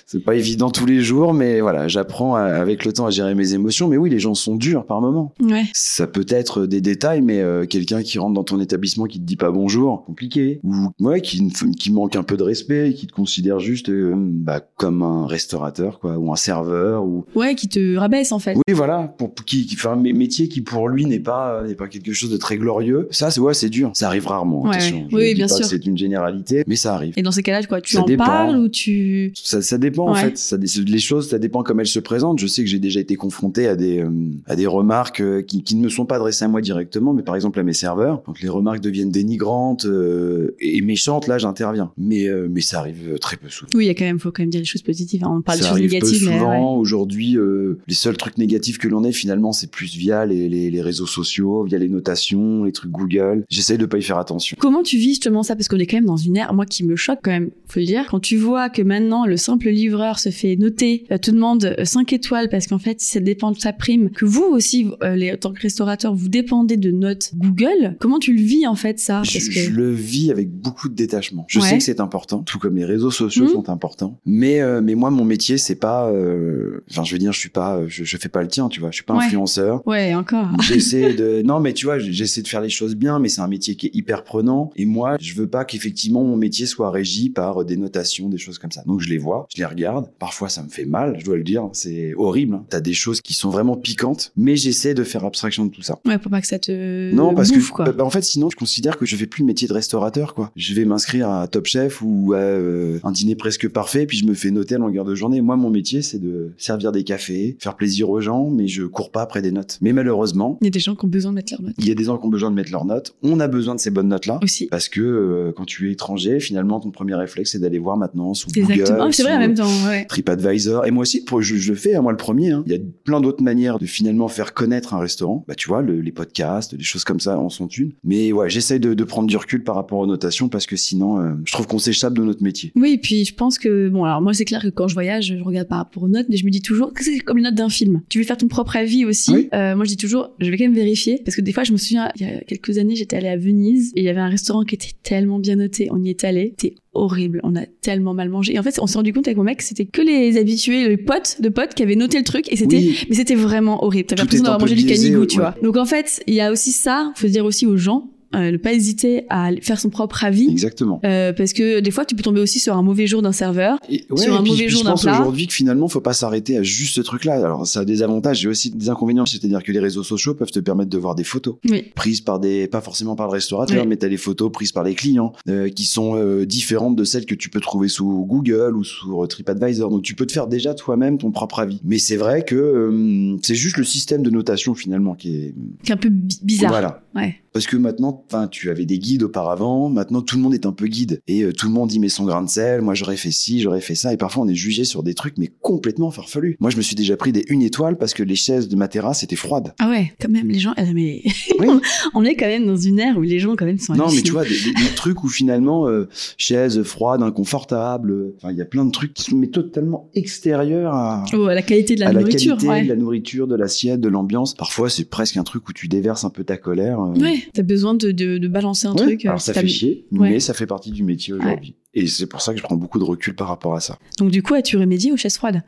Speaker 2: c'est pas évident tous les jours, mais voilà, j'apprends à- avec le temps à gérer mes émotions. Mais oui, les gens sont durs par moments.
Speaker 1: Ouais.
Speaker 2: Ça peut être des détails, mais euh, quelqu'un qui rentre dans ton établissement qui te dit pas bonjour, compliqué. Ou ouais, qui, ne f- qui manque un peu de respect, qui te considère juste euh, bah, comme un restaurateur, quoi, ou un serveur, ou
Speaker 1: Ouais, qui te rabaisse, en fait.
Speaker 2: oui, voilà, pour pour qui, qui fait un mé- métier qui pour lui n'est pas euh, n'est pas quelque chose de très glorieux. Ça, c'est ouais, c'est dur. Ça arrive rarement.
Speaker 1: Ouais,
Speaker 2: attention.
Speaker 1: ouais.
Speaker 2: Je
Speaker 1: Oui, oui,
Speaker 2: dis
Speaker 1: bien
Speaker 2: pas que
Speaker 1: sûr.
Speaker 2: C'est une généralité, mais ça arrive.
Speaker 1: Et dans ces cas-là, quoi, tu
Speaker 2: Ça
Speaker 1: en
Speaker 2: dépend.
Speaker 1: parles ou tu.
Speaker 2: Ça, ça dépend en
Speaker 1: Ouais.
Speaker 2: fait. Ça, dé- les choses, ça dépend comme elles se présentent. Je sais que j'ai déjà été confronté à des euh, à des remarques euh, qui, qui ne me sont pas adressées à moi directement, mais par exemple à mes serveurs. Quand les remarques deviennent dénigrantes euh, et méchantes, là, j'interviens. Mais euh, mais ça arrive euh, très peu souvent.
Speaker 1: Oui, il y a quand même, faut quand même dire des choses positives. hein. On parle
Speaker 2: ça
Speaker 1: de choses
Speaker 2: arrive
Speaker 1: négatives,
Speaker 2: peu
Speaker 1: mais. ouais.
Speaker 2: souvent. Aujourd'hui, euh, les seuls trucs négatifs que l'on ait, finalement, c'est plus via les, les- les réseaux sociaux, via les notations, les trucs Google. J'essaye de pas y faire attention.
Speaker 1: Comment tu vis justement ça Parce qu'on est quand même dans une ère, moi qui me choque quand même, faut le dire. Quand tu vois que maintenant le simple livreur se fait noter, euh, te demande 5 étoiles parce qu'en fait ça dépend de sa prime, que vous aussi, euh, les, en tant que restaurateur, vous dépendez de notes Google, comment tu le vis en fait ça
Speaker 2: Je,
Speaker 1: Ah, Parce que-
Speaker 2: je le vis avec beaucoup de détachement. Je
Speaker 1: Ouais.
Speaker 2: sais que c'est important, tout comme les réseaux sociaux
Speaker 1: Mhm.
Speaker 2: sont importants. Mais euh, mais moi, mon métier, c'est pas. euh, Enfin, je veux dire, je suis pas. euh, Je, je fais pas le tien, tu vois. Je suis pas
Speaker 1: Ouais.
Speaker 2: influenceur.
Speaker 1: Ouais, encore.
Speaker 2: J'essaie de non mais tu vois j'essaie de faire les choses bien mais c'est un métier qui est hyper prenant et moi je veux pas qu'effectivement mon métier soit régi par des notations des choses comme ça donc je les vois je les regarde parfois ça me fait mal je dois le dire c'est horrible hein. t'as des choses qui sont vraiment piquantes mais j'essaie de faire abstraction de tout ça
Speaker 1: Ouais, pour pas que ça te
Speaker 2: non parce
Speaker 1: bouffe,
Speaker 2: que
Speaker 1: quoi.
Speaker 2: bah, bah, en fait sinon je considère que je fais plus le métier de restaurateur quoi je vais m'inscrire à Top Chef ou à euh, un dîner presque parfait puis je me fais noter à longueur de journée moi mon métier c'est de servir des cafés faire plaisir aux gens mais je cours pas après des notes mais malheureusement
Speaker 1: Il y a des gens qui ont besoin de mettre leurs notes
Speaker 2: il y a des gens qui ont besoin de mettre leurs notes. On a besoin de ces bonnes notes-là.
Speaker 1: aussi.
Speaker 2: Parce que euh, quand tu es étranger, finalement, ton premier réflexe, c'est d'aller voir maintenant sous
Speaker 1: Exactement.
Speaker 2: Google,
Speaker 1: Ah, c'est vrai, en
Speaker 2: sous
Speaker 1: même temps, ouais.
Speaker 2: TripAdvisor. Et moi aussi, pour- je, je le fais, hein, moi le premier. hein. Il y a plein d'autres manières de finalement faire connaître un restaurant. Bah, tu vois, le- les podcasts, des choses comme ça en sont une. Mais ouais, j'essaye de, de prendre du recul par rapport aux notations parce que sinon, euh, je trouve qu'on s'échappe de notre métier.
Speaker 1: Oui, et puis je pense que, bon, alors moi c'est clair que quand je voyage, je regarde par rapport aux notes, mais je me dis toujours que c'est comme les notes d'un film. Tu veux faire ton propre avis aussi.
Speaker 2: Oui.
Speaker 1: Euh, moi je dis toujours, je vais quand même vérifier, parce que des fois je me souviens, il y a quelques années, j'étais allée à Venise et il y avait un restaurant qui était tellement bien noté. On y est allé, c'était horrible, on a tellement mal mangé. Et en fait, on s'est rendu compte avec mon mec que c'était que les habitués, les potes de potes qui avaient noté le truc et c'était
Speaker 2: Oui,
Speaker 1: mais c'était vraiment horrible. T'avais
Speaker 2: Tout
Speaker 1: l'impression
Speaker 2: est un
Speaker 1: d'avoir
Speaker 2: peu
Speaker 1: mangé du
Speaker 2: biaisé,
Speaker 1: canigou,
Speaker 2: ouais.
Speaker 1: tu vois. Donc en fait, il y a aussi ça, faut dire aussi aux gens, euh, ne pas hésiter à faire son propre avis.
Speaker 2: exactement.
Speaker 1: Euh, parce que des fois, tu peux tomber aussi sur un mauvais jour d'un serveur.
Speaker 2: Et,
Speaker 1: Sur un
Speaker 2: puis-
Speaker 1: mauvais
Speaker 2: puis
Speaker 1: jour
Speaker 2: je
Speaker 1: d'un
Speaker 2: pense
Speaker 1: plat.
Speaker 2: aujourd'hui que finalement, faut pas s'arrêter à juste ce truc-là. Alors, ça a des avantages et aussi des inconvénients. C'est-à-dire que les réseaux sociaux peuvent te permettre de voir des photos
Speaker 1: Oui.
Speaker 2: prises par des, pas forcément par le restaurateur,
Speaker 1: Oui.
Speaker 2: mais t'as des photos prises par les clients euh, qui sont euh, différentes de celles que tu peux trouver sous Google ou sur euh, TripAdvisor. Donc, tu peux te faire déjà toi-même ton propre avis. Mais c'est vrai que euh, c'est juste le système de notation finalement qui est
Speaker 1: C'est un peu bi- bizarre.
Speaker 2: Voilà.
Speaker 1: Ouais.
Speaker 2: Parce que maintenant, enfin, tu avais des guides auparavant. Maintenant, tout le monde est un peu guide et euh, tout le monde y met son grain de sel. Moi, j'aurais fait ci, j'aurais fait ça. Et parfois, on est jugé sur des trucs mais complètement farfelus. Moi, je me suis déjà pris des une étoile parce que les chaises de ma terrasse étaient froides.
Speaker 1: Ah ouais, quand même, les gens. ah, mais
Speaker 2: Oui.
Speaker 1: on est quand même dans une ère où les gens, quand même, sont
Speaker 2: non, mais tu
Speaker 1: hallucinés.
Speaker 2: vois, des, des- des trucs où finalement, euh, chaises froides, inconfortables. euh, Enfin, il y a plein de trucs qui sont mais totalement extérieurs à.
Speaker 1: Oh, à la qualité de la
Speaker 2: à
Speaker 1: nourriture,
Speaker 2: qualité
Speaker 1: ouais.
Speaker 2: de la nourriture, de l'assiette, de l'ambiance. Parfois, c'est presque un truc où tu déverses un peu ta colère. euh,
Speaker 1: Ouais, t'as besoin de, de, de balancer un
Speaker 2: Ouais,
Speaker 1: truc. euh,
Speaker 2: Alors ça
Speaker 1: t'as-
Speaker 2: fait chier,
Speaker 1: ouais.
Speaker 2: mais ça fait partie du métier aujourd'hui. Et c'est pour ça que je prends beaucoup de recul par rapport à ça.
Speaker 1: Donc du coup, as-tu remédié aux chaises froides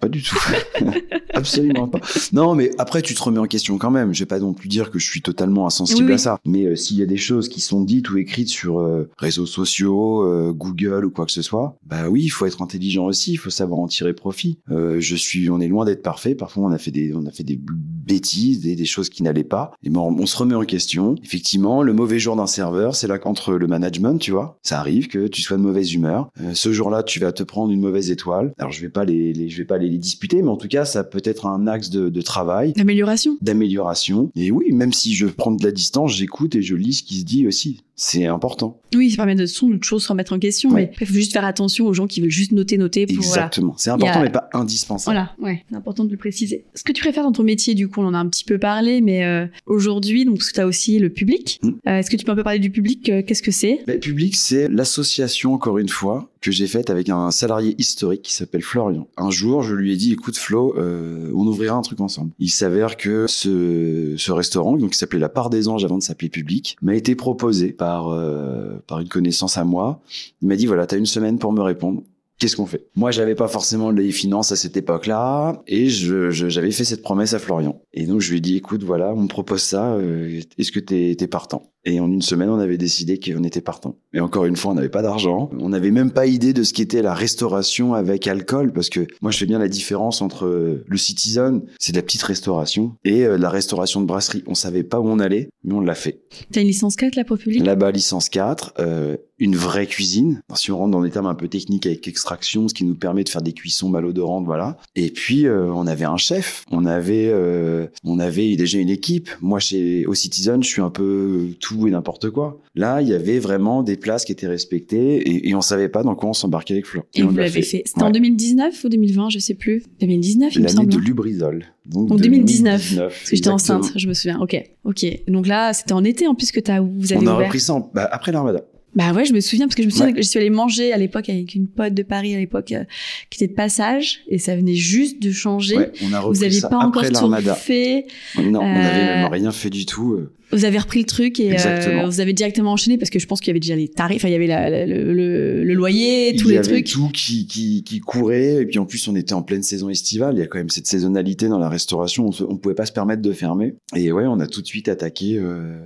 Speaker 2: Pas du tout. Absolument pas. Non, mais après, tu te remets en question quand même. Je vais pas non plus dire que je suis totalement insensible
Speaker 1: Oui, oui.
Speaker 2: à ça. Mais euh, s'il y a des choses qui sont dites ou écrites sur euh, réseaux sociaux, euh, Google ou quoi que ce soit, bah oui, il faut être intelligent aussi. Il faut savoir en tirer profit. Euh, je suis, on est loin d'être parfait. Parfois, on a fait des, on a fait des bêtises, des, des choses qui n'allaient pas. Et ben, on, on se remet en question. Effectivement, le mauvais jour d'un serveur, c'est là qu'entre le management, tu vois, ça arrive que tu sois de mauvaise humeur. Euh, ce jour-là, tu vas te prendre une mauvaise étoile. Alors, je vais pas les, les- je vais pas les, les disputer, mais en tout cas, ça peut être un axe de, de travail
Speaker 1: L'amélioration
Speaker 2: d'amélioration. Et oui, même si je prends de la distance, j'écoute et je lis ce qui se dit aussi. c'est important.
Speaker 1: Oui, ça permet de son autre chose se remettre en question,
Speaker 2: Ouais.
Speaker 1: mais après, il faut juste faire attention aux gens qui veulent juste noter, noter pour voilà.
Speaker 2: Exactement. C'est
Speaker 1: Il y
Speaker 2: important,
Speaker 1: a-
Speaker 2: mais pas indispensable.
Speaker 1: Voilà, ouais, c'est important de le préciser. Ce que tu préfères dans ton métier, du coup, on en a un petit peu parlé, mais euh, aujourd'hui, donc, tu as aussi le public.
Speaker 2: Mm.
Speaker 1: Euh, Est-ce que tu peux un peu parler du public euh, Qu'est-ce que c'est
Speaker 2: Le public, c'est l'association, encore une fois, que j'ai faite avec un salarié historique qui s'appelle Florian. Un jour, je lui ai dit, écoute Flo, euh, on ouvrira un truc ensemble. Il s'avère que ce, ce restaurant, donc qui s'appelait La Part des Anges avant de s'appeler Public, m'a été proposé par, euh, par une connaissance à moi. Il m'a dit, voilà, t'as une semaine pour me répondre. Qu'est-ce qu'on fait Moi, j'avais pas forcément les finances à cette époque-là, et je- je- j'avais fait cette promesse à Florian. Et donc, je lui ai dit, écoute, voilà, on me propose ça, euh, est-ce que t'es es partant Et en une semaine, on avait décidé qu'on était partant. Et encore une fois, on n'avait pas d'argent, on n'avait même pas idée de ce qu'était la restauration avec alcool, parce que moi, je fais bien la différence entre euh, le citizen, c'est de la petite restauration, et euh, de la restauration de brasserie. On savait pas où on allait, mais on l'a fait.
Speaker 1: Tu as une licence 4 là pour public
Speaker 2: Là-bas, licence 4, euh, une vraie cuisine. Alors, si on rentre dans des termes un peu techniques avec extraction, ce qui nous permet de faire des cuissons malodorantes, voilà. Et puis, euh, on avait un chef, on avait, euh, on avait déjà une équipe. Moi, chez au Citizen, je suis un peu tout et n'importe quoi. Là, il y avait vraiment des places qui étaient respectées et, et on savait pas dans quoi on s'embarquait avec Fleur.
Speaker 1: Et
Speaker 2: on
Speaker 1: vous
Speaker 2: l'a
Speaker 1: l'avez fait. C'était en
Speaker 2: Ouais.
Speaker 1: 2019 ou 2020, je sais plus. 2019, il me
Speaker 2: L'année
Speaker 1: semble.
Speaker 2: de
Speaker 1: hein.
Speaker 2: Lubrizol.
Speaker 1: Donc 2019, Parce que j'étais
Speaker 2: exactement.
Speaker 1: enceinte, je me souviens. Ok, ok. Donc là, c'était en été en plus que t'as, vous avez
Speaker 2: On a
Speaker 1: ouvert.
Speaker 2: repris ça en- bah, après l'Armada.
Speaker 1: Bah ouais, je me souviens parce que je me souviens
Speaker 2: Ouais.
Speaker 1: que je suis allée manger à l'époque avec une pote de Paris à l'époque euh, qui était de passage et ça venait juste de changer.
Speaker 2: Ouais, on a repris
Speaker 1: vous n'avez
Speaker 2: ça
Speaker 1: pas encore
Speaker 2: après
Speaker 1: tout
Speaker 2: l'Armada.
Speaker 1: refait.
Speaker 2: Non, on n'avait
Speaker 1: Euh,
Speaker 2: même rien fait du tout. euh.
Speaker 1: Vous avez repris le truc et
Speaker 2: Exactement.
Speaker 1: euh, vous avez directement enchaîné parce que je pense qu'il y avait déjà les tarifs, enfin il y avait la- la- le, le- le loyer, tous
Speaker 2: il y
Speaker 1: les
Speaker 2: avait
Speaker 1: trucs.
Speaker 2: tout qui, qui, qui courait. Et puis en plus, on était en pleine saison estivale. Il y a quand même cette saisonnalité dans la restauration. On, se- on pouvait pas se permettre de fermer. Et ouais, on a tout de suite attaqué. euh,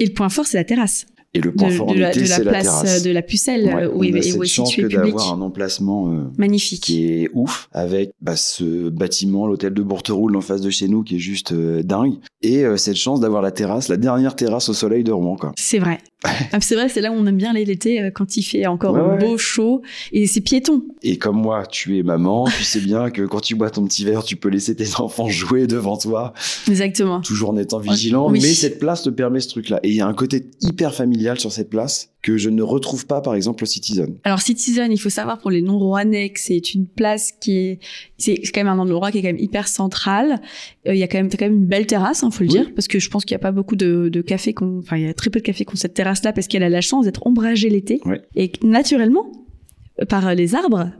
Speaker 1: Et le point fort, c'est la terrasse
Speaker 2: Et le
Speaker 1: de,
Speaker 2: point fort en
Speaker 1: de la,
Speaker 2: été,
Speaker 1: de la
Speaker 2: c'est la
Speaker 1: place euh,
Speaker 2: terrasse.
Speaker 1: de la Pucelle
Speaker 2: Ouais,
Speaker 1: euh, où, est,
Speaker 2: on a
Speaker 1: où
Speaker 2: cette
Speaker 1: est
Speaker 2: chance que
Speaker 1: situé public.
Speaker 2: d'avoir un emplacement euh,
Speaker 1: Magnifique.
Speaker 2: qui est ouf avec bah, ce bâtiment, l'hôtel de Bourteroule en face de chez nous, qui est juste euh, dingue. Et euh, cette chance d'avoir la terrasse, la dernière terrasse au soleil de Rouen, quoi.
Speaker 1: C'est vrai. Ah, c'est vrai, c'est là où on aime bien aller l'été euh, quand il fait encore
Speaker 2: Ouais, ouais.
Speaker 1: beau, chaud et c'est piéton.
Speaker 2: Et comme moi, tu es maman, tu sais bien que quand tu bois ton petit verre, tu peux laisser tes enfants jouer devant toi.
Speaker 1: Exactement.
Speaker 2: toujours en étant vigilant,
Speaker 1: Oui.
Speaker 2: mais cette place te permet ce truc-là. Et il y a un côté hyper familial sur cette place que je ne retrouve pas, par exemple, au Citizen.
Speaker 1: Alors Citizen, il faut savoir pour les non-rouennais que c'est une place qui est, c'est c'est quand même un endroit qui est quand même hyper central. Euh, Il y a quand même, t'as quand même une belle terrasse, hein, faut le
Speaker 2: Oui.
Speaker 1: dire, parce que je pense qu'il n'y a pas beaucoup de, de cafés, qu'on- enfin il y a très peu de cafés qui ont cette terrasse-là parce qu'elle a la chance d'être ombragée l'été
Speaker 2: Ouais.
Speaker 1: et que, naturellement euh, par euh, les arbres,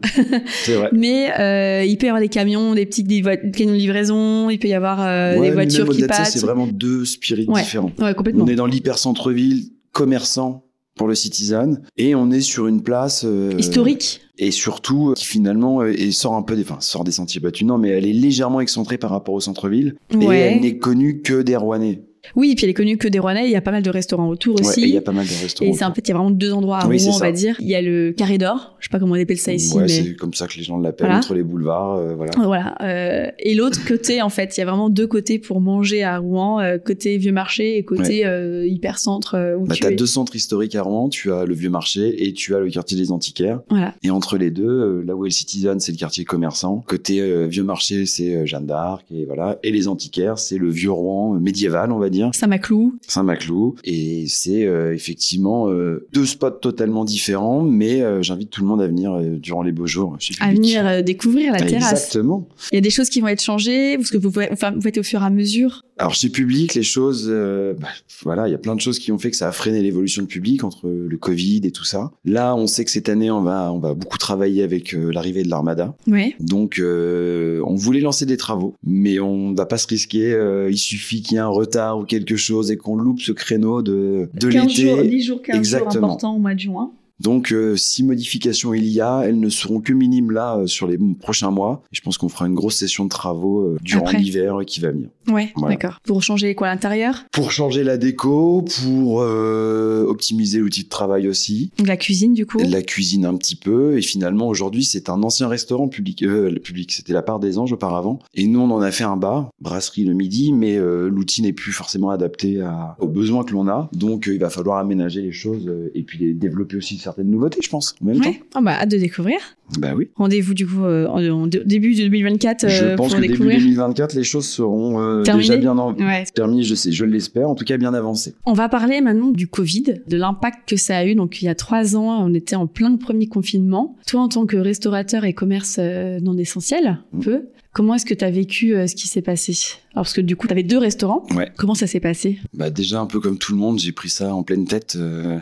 Speaker 2: C'est vrai.
Speaker 1: mais euh, il peut y avoir des camions, des petites des voi- des camions de livraison, il peut y avoir euh,
Speaker 2: Ouais, mais
Speaker 1: des voitures
Speaker 2: même
Speaker 1: qui
Speaker 2: au-delà de ça,
Speaker 1: passent.
Speaker 2: C'est vraiment deux spirites
Speaker 1: Ouais.
Speaker 2: différents.
Speaker 1: Ouais, complètement.
Speaker 2: On est dans l'hyper-centre-ville, commerçant pour le Citizen, et on est sur une place... euh,
Speaker 1: Historique.
Speaker 2: Et surtout, euh, qui finalement euh, et sort un peu des... Enfin, sort des sentiers battus, non, mais elle est légèrement excentrée par rapport au centre-ville, et
Speaker 1: Ouais.
Speaker 2: elle n'est connue que des Rouennais.
Speaker 1: Oui, et puis elle est connue que des Rouennais. Il y a pas mal de restaurants autour
Speaker 2: Ouais, et
Speaker 1: aussi.
Speaker 2: il y a pas mal de restaurants.
Speaker 1: Et c'est en fait, il y a vraiment deux endroits à
Speaker 2: Oui,
Speaker 1: Rouen,
Speaker 2: c'est
Speaker 1: on
Speaker 2: ça.
Speaker 1: va dire. Il y a le Carré d'Or, je sais pas comment on appelle ça ici,
Speaker 2: Ouais,
Speaker 1: mais
Speaker 2: c'est comme ça que les gens l'appellent,
Speaker 1: Voilà.
Speaker 2: entre les boulevards, euh, voilà.
Speaker 1: voilà. Euh, et l'autre côté, en fait, il y a vraiment deux côtés pour manger à Rouen, euh, côté vieux marché et côté euh, hyper centre où
Speaker 2: Bah,
Speaker 1: tu
Speaker 2: t'as
Speaker 1: es.
Speaker 2: deux centres historiques à Rouen, tu as le Vieux Marché et tu as le quartier des antiquaires.
Speaker 1: Voilà.
Speaker 2: Et entre les deux, euh, là où est le Citizen, c'est le quartier commerçant. Côté euh, Vieux Marché, c'est euh, Jeanne d'Arc et voilà. Et les antiquaires, c'est le vieux Rouen euh, médiéval, on va dire,
Speaker 1: Saint-Maclou.
Speaker 2: Saint-Maclou. Et c'est euh, effectivement euh, deux spots totalement différents, mais euh, j'invite tout le monde à venir euh, durant les beaux jours chez
Speaker 1: À
Speaker 2: Public.
Speaker 1: venir euh, découvrir la
Speaker 2: Ah,
Speaker 1: terrasse.
Speaker 2: Exactement.
Speaker 1: Il y a des choses qui vont être changées, parce que vous pouvez- enfin, vous faites au fur et à mesure.
Speaker 2: Alors chez Public, les choses, euh, bah, voilà, il y a plein de choses qui ont fait que ça a freiné l'évolution de Public entre le Covid et tout ça. Là, on sait que cette année, on va, on va beaucoup travailler avec euh, l'arrivée de l'Armada.
Speaker 1: Ouais.
Speaker 2: Donc, euh, on voulait lancer des travaux, mais on ne va pas se risquer. euh, il suffit qu'il y ait un retard ou quelque chose et qu'on loupe ce créneau de, de l'été.
Speaker 1: jours,
Speaker 2: 15 jours Exactement. importants
Speaker 1: au mois de juin.
Speaker 2: Donc, euh, si modifications il y a, elles ne seront que minimes là euh, sur les prochains mois. Et je pense qu'on fera une grosse session de travaux euh, durant
Speaker 1: Après.
Speaker 2: l'hiver qui va venir.
Speaker 1: Ouais,
Speaker 2: Voilà.
Speaker 1: d'accord. Pour changer quoi à l'intérieur
Speaker 2: pour changer la déco, pour euh, optimiser l'outil de travail aussi,
Speaker 1: Donc, La cuisine, du coup.
Speaker 2: la cuisine un petit peu. Et finalement, aujourd'hui, c'est un ancien restaurant public. euh, le public, c'était la part des anges auparavant. Et nous, on en a fait un bar, brasserie le midi, mais euh, l'outil n'est plus forcément adapté à- aux besoins que l'on a. Donc, euh, il va falloir aménager les choses euh, et puis développer aussi certaines nouveautés, je pense, en même temps.
Speaker 1: Ouais. Ah bah, hâte de découvrir.
Speaker 2: Bah oui.
Speaker 1: Rendez-vous du coup euh, en, en dé- début de 2024 euh,
Speaker 2: je pense
Speaker 1: pour
Speaker 2: que
Speaker 1: découvrir.
Speaker 2: début 2024, les choses seront euh, déjà
Speaker 1: Terminées
Speaker 2: bien en...
Speaker 1: Ouais.
Speaker 2: terminées, je sais, je l'espère, en tout cas bien avancées.
Speaker 1: On va parler maintenant du Covid, de l'impact que ça a eu. Donc il y a trois ans, on était en plein premier confinement. Toi, en tant que restaurateur et commerce euh, non essentiel, un
Speaker 2: Mm.
Speaker 1: peu, comment est-ce que tu as vécu euh, ce qui s'est passé Alors parce que du coup, tu avais deux restaurants.
Speaker 2: Ouais.
Speaker 1: Comment ça s'est passé
Speaker 2: Bah déjà un peu comme tout le monde, j'ai pris ça en pleine tête euh,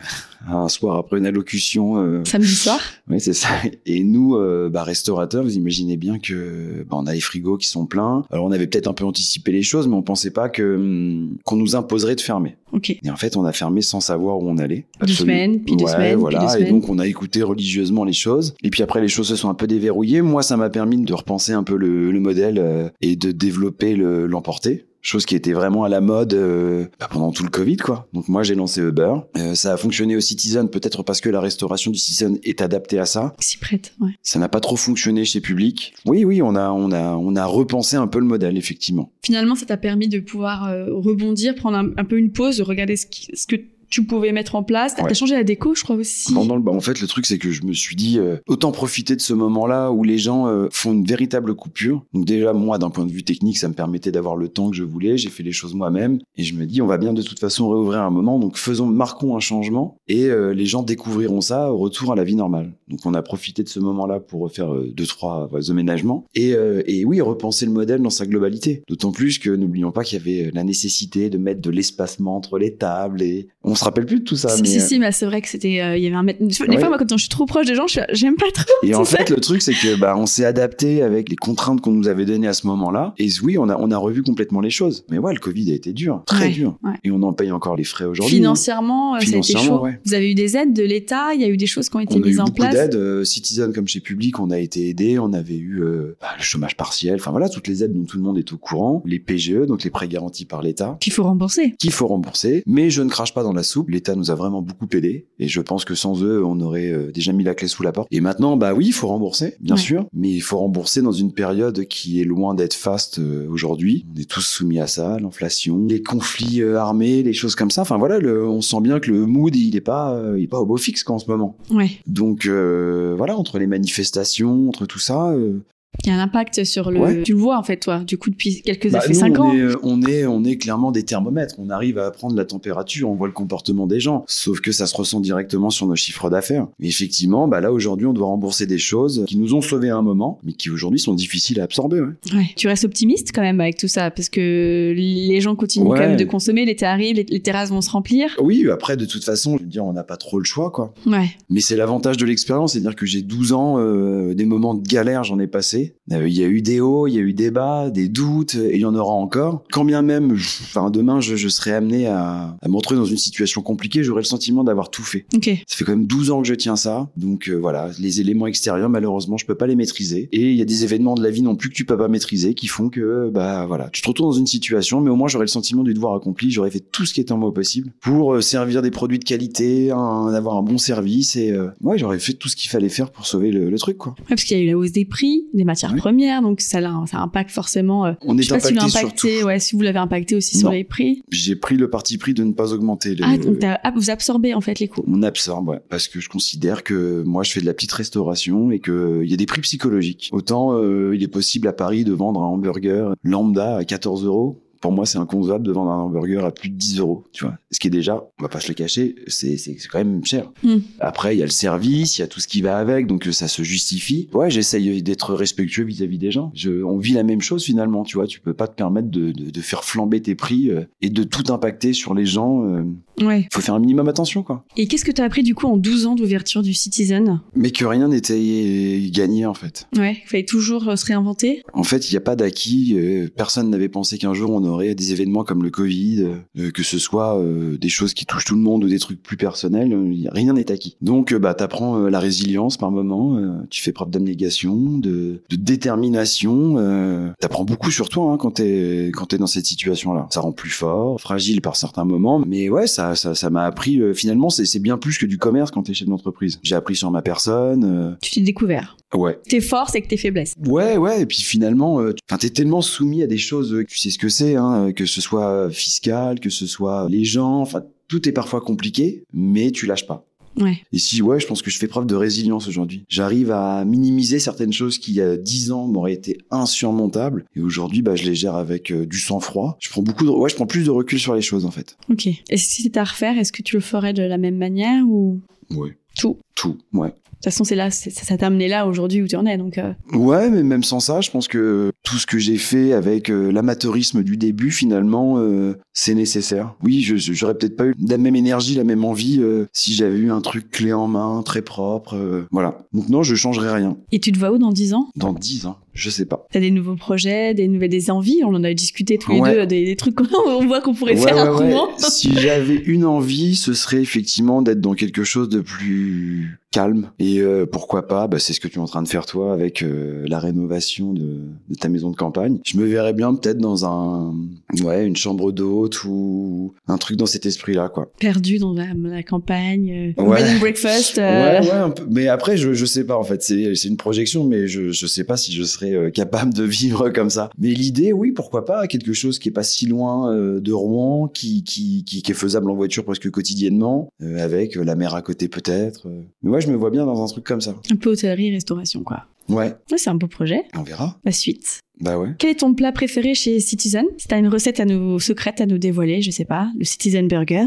Speaker 2: un soir après une allocution. euh,
Speaker 1: Samedi soir
Speaker 2: Oui, c'est ça. Et nous, euh, bah, restaurateurs, vous imaginez bien que bah, on a les frigos qui sont pleins. Alors on avait peut-être un peu anticipé les choses, mais on pensait pas que hum, qu'on nous imposerait de fermer.
Speaker 1: Ok.
Speaker 2: Et en fait, on a fermé sans savoir où on allait.
Speaker 1: Deux
Speaker 2: Absolument.
Speaker 1: semaines, puis deux
Speaker 2: Ouais,
Speaker 1: semaines,
Speaker 2: voilà.
Speaker 1: puis deux
Speaker 2: Et
Speaker 1: semaines.
Speaker 2: donc on a écouté religieusement les choses. Et puis après, les choses se sont un peu déverrouillées. Moi, ça m'a permis de repenser un peu le, le modèle euh, et de développer le- l'emporter. Chose qui était vraiment à la mode euh, bah, pendant tout le Covid, quoi. Donc moi, j'ai lancé Uber. Euh, ça a fonctionné au Citizen, peut-être parce que la restauration du Citizen est adaptée à ça.
Speaker 1: S'y prête, ouais.
Speaker 2: Ça n'a pas trop fonctionné chez Public. Oui, oui, on a, on a, on a repensé un peu le modèle, effectivement.
Speaker 1: Finalement, ça t'a permis de pouvoir euh, rebondir, prendre un, un peu une pause, de regarder ce, qui- ce que tu pouvais mettre en place.
Speaker 2: Ouais.
Speaker 1: T'as changé la déco, je crois aussi.
Speaker 2: Pendant le- bah, en fait, le truc, c'est que je me suis dit, euh, autant profiter de ce moment-là où les gens euh, font une véritable coupure. Donc déjà, moi, d'un point de vue technique, ça me permettait d'avoir le temps que je voulais. J'ai fait les choses moi-même. Et je me dis, on va bien de toute façon réouvrir un moment. Donc faisons, marquons un changement. Et euh, les gens découvriront ça au retour à la vie normale. Donc on a profité de ce moment-là pour refaire euh, deux, trois euh, aménagements. Et, euh, et oui, repenser le modèle dans sa globalité. D'autant plus que n'oublions pas qu'il y avait euh, la nécessité de mettre de l'espacement entre les tables. Et on se rappelle plus de tout ça.
Speaker 1: si,
Speaker 2: mais,
Speaker 1: si,
Speaker 2: euh,
Speaker 1: si, mais c'est vrai que c'était. euh, Il y avait un mètre. Des fois, des
Speaker 2: Ouais.
Speaker 1: fois, moi, quand je suis trop proche des gens, je suis là, j'aime pas trop.
Speaker 2: Et en
Speaker 1: C'est
Speaker 2: fait, le truc, c'est que bah, on s'est adapté avec les contraintes qu'on nous avait données à ce moment-là. Et oui, on a, on a revu complètement les choses. Mais ouais, le Covid a été dur, très
Speaker 1: Ouais,
Speaker 2: dur.
Speaker 1: ouais.
Speaker 2: Et on en paye encore les frais aujourd'hui. hein.
Speaker 1: Financièrement, euh, ça a été
Speaker 2: Financièrement,
Speaker 1: chaud.
Speaker 2: ouais.
Speaker 1: Vous avez eu des aides de l'État, il y a eu des choses qui ont été
Speaker 2: On a eu
Speaker 1: mises en
Speaker 2: beaucoup
Speaker 1: place.
Speaker 2: d'aides, euh, Citizen comme chez Public, on a été aidé, on avait eu euh, bah, le chômage partiel, enfin voilà, toutes les aides dont tout le monde est au courant, les PGE, donc les prêts garantis par l'État,
Speaker 1: Qu'il faut rembourser.
Speaker 2: qu'il faut rembourser, mais je ne crache pas dans la soupe, l'État nous a vraiment beaucoup aidé, et je pense que sans eux, on aurait euh, déjà mis la clé sous la porte. Et maintenant, bah oui, il faut rembourser, bien
Speaker 1: Ouais.
Speaker 2: sûr, mais il faut rembourser dans une période qui est loin d'être faste euh, aujourd'hui. On est tous soumis à ça, l'inflation, les conflits euh, armés, les choses comme ça, enfin voilà, le- on sent bien que le mood, il est pas, euh, il est pas au beau fixe quoi, en ce moment.
Speaker 1: Ouais.
Speaker 2: Donc euh, voilà, entre les manifestations, entre tout ça, euh,
Speaker 1: Il y a un impact sur le.
Speaker 2: Ouais.
Speaker 1: Tu le vois, en fait, toi. Du coup, depuis quelques.
Speaker 2: bah,
Speaker 1: ça fait
Speaker 2: nous,
Speaker 1: 5
Speaker 2: on,
Speaker 1: ans.
Speaker 2: est, euh, on est on est clairement des thermomètres. On arrive à prendre la température, on voit le comportement des gens. Sauf que ça se ressent directement sur nos chiffres d'affaires. Mais effectivement, bah là aujourd'hui, on doit rembourser des choses qui nous ont sauvés à un moment, mais qui aujourd'hui sont difficiles à absorber. ouais.
Speaker 1: Ouais. Tu restes optimiste quand même avec tout ça, parce que les gens continuent
Speaker 2: Ouais.
Speaker 1: quand même de consommer, l'été arrive, les, les terrasses vont se remplir.
Speaker 2: Oui, après de toute façon, je veux dire, on n'a pas trop le choix, quoi.
Speaker 1: Ouais.
Speaker 2: Mais c'est l'avantage de l'expérience, c'est-à-dire que j'ai 12 ans, euh, des moments de galère, j'en ai passé. Euh, Il y a eu des hauts, il y a eu des bas, des doutes, euh, et il y en aura encore. Quand bien même, je- enfin demain, je, je serai amené à, à me retrouver dans une situation compliquée, j'aurai le sentiment d'avoir tout fait.
Speaker 1: Ok.
Speaker 2: Ça fait quand même 12 ans que je tiens ça, donc euh, voilà, les éléments extérieurs, malheureusement, je peux pas les maîtriser. Et il y a des événements de la vie non plus que tu peux pas maîtriser, qui font que, euh, bah voilà, tu te retrouves dans une situation, mais au moins j'aurai le sentiment du devoir accompli, j'aurais fait tout ce qui était en moi possible pour euh, servir des produits de qualité, un- avoir un bon service, et euh, ouais, j'aurais fait tout ce qu'il fallait faire pour sauver le, le truc, quoi.
Speaker 1: Ouais, parce qu'il y a eu la hausse des prix, des matières
Speaker 2: Ouais.
Speaker 1: premières, donc ça, l'a- ça impacte forcément. euh,
Speaker 2: On
Speaker 1: je
Speaker 2: est
Speaker 1: sais pas si tu
Speaker 2: impacté
Speaker 1: l'as
Speaker 2: surtout.
Speaker 1: impacté, ouais, si vous l'avez impacté aussi sur
Speaker 2: Non.
Speaker 1: les prix.
Speaker 2: J'ai pris le parti pris de ne pas augmenter les...
Speaker 1: Ah, donc t'as- ah, vous absorbez en fait les coûts.
Speaker 2: On absorbe, ouais, parce que je considère que moi je fais de la petite restauration et que euh, il y a des prix psychologiques. Autant euh, il est possible à Paris de vendre un hamburger lambda à 14 euros. Pour moi, c'est inconcevable de vendre un hamburger à plus de 10 euros, tu vois. Ce qui est déjà, on va pas se le cacher, c'est c'est- c'est quand même cher.
Speaker 1: Hmm.
Speaker 2: Après, il y a le service, il y a tout ce qui va avec, donc euh, ça se justifie. Ouais, j'essaye d'être respectueux vis-à-vis des gens. Je, on vit la même chose finalement, tu vois. Tu peux pas te permettre de, de- de faire flamber tes prix euh, et de tout impacter sur les gens. euh.
Speaker 1: Ouais.
Speaker 2: faut faire un minimum attention, quoi.
Speaker 1: Et qu'est-ce que t'as appris du coup en 12 ans d'ouverture du Citizen
Speaker 2: Mais que rien n'était gagné en fait.
Speaker 1: Ouais. Il fallait toujours euh, se réinventer.
Speaker 2: En fait, il n'y a pas d'acquis. euh, Personne n'avait pensé qu'un jour on aurait des événements comme le Covid, euh, que ce soit euh, des choses qui touchent tout le monde ou des trucs plus personnels. euh, y a- Rien n'est acquis. Donc, euh, bah, t'apprends euh, la résilience par moment. euh, Tu fais preuve d'abnégation, de, de détermination. euh, T'apprends beaucoup sur toi hein, quand t'es quand t'es dans cette situation-là. Ça rend plus fort, fragile par certains moments. Mais ouais, ça ça ça m'a appris. euh, Finalement, c'est c'est bien plus que du commerce quand t'es chef d'entreprise. J'ai appris sur ma personne.
Speaker 1: Tu t'es découvert.
Speaker 2: euh, Ouais.
Speaker 1: Tes forces et que tes faiblesses.
Speaker 2: Ouais, ouais, et puis finalement, euh, tu- 'fin, t'es tellement soumis à des choses, euh, tu sais ce que c'est, hein, euh, que ce soit euh, fiscal, que ce soit les gens, enfin, tout est parfois compliqué, mais tu lâches pas.
Speaker 1: Ouais.
Speaker 2: Et si, ouais, je pense que je fais preuve de résilience aujourd'hui. J'arrive à minimiser certaines choses qui, il y a 10 ans, m'auraient été insurmontables. Et aujourd'hui, bah, je les gère avec euh, du sang-froid. Je prends beaucoup de, ouais, je prends plus de recul sur les choses, en fait.
Speaker 1: Ok. Et si c'était à refaire, est-ce que tu le ferais de la même manière ou
Speaker 2: Ouais.
Speaker 1: Tout.
Speaker 2: Tout, ouais.
Speaker 1: De toute façon, c'est là, c'est- ça, ça t'a amené là aujourd'hui où tu en es. Donc, euh,
Speaker 2: Ouais, mais même sans ça, je pense que tout ce que j'ai fait avec euh, l'amateurisme du début, finalement, euh, c'est nécessaire. Oui, je je- j'aurais peut-être pas eu la même énergie, la même envie euh, si j'avais eu un truc clé en main, très propre. euh, voilà. Donc non, je changerai rien.
Speaker 1: et tu te vois où dans 10 ans
Speaker 2: Dans 10 ans, je sais pas.
Speaker 1: T'as des nouveaux projets, des nouvelles des envies On en a discuté tous les
Speaker 2: Ouais.
Speaker 1: deux, des, des trucs qu'on on voit qu'on pourrait
Speaker 2: Ouais,
Speaker 1: faire à un
Speaker 2: ouais, ouais.
Speaker 1: moment.
Speaker 2: si j'avais une envie, ce serait effectivement d'être dans quelque chose de plus calme. Et euh, pourquoi pas bah, C'est ce que tu es en train de faire toi avec euh, la rénovation de, de ta maison de campagne. Je me verrais bien peut-être dans un, ouais, une chambre d'hôte ou un truc dans cet esprit-là, quoi.
Speaker 1: Perdu dans la, la campagne, euh,
Speaker 2: Ouais.
Speaker 1: bed and breakfast. euh,
Speaker 2: Ouais, ouais, un peu. Mais après, je, je sais pas en fait. C'est c'est une projection, mais je, je sais pas si je serais euh, capable de vivre comme ça. Mais l'idée, oui, pourquoi pas quelque chose qui est pas si loin euh, de Rouen, qui, qui, qui, qui est faisable en voiture presque quotidiennement, euh, avec euh, la mer à côté peut-être. euh. Mais ouais, je me vois bien dans un truc comme ça.
Speaker 1: Un peu hôtellerie, restauration, quoi.
Speaker 2: Ouais,
Speaker 1: Ouais, c'est un beau projet.
Speaker 2: on verra.
Speaker 1: La suite.
Speaker 2: Bah ouais.
Speaker 1: Quel est ton plat préféré chez Citizen Si t'as une recette à nous secrète à nous dévoiler, je sais pas, le Citizen Burger.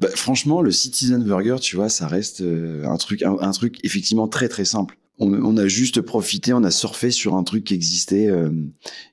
Speaker 2: Bah, franchement, le Citizen Burger, tu vois, ça reste euh, un truc, un, un truc effectivement très très simple. On, on a juste profité, on a surfé sur un truc qui existait euh,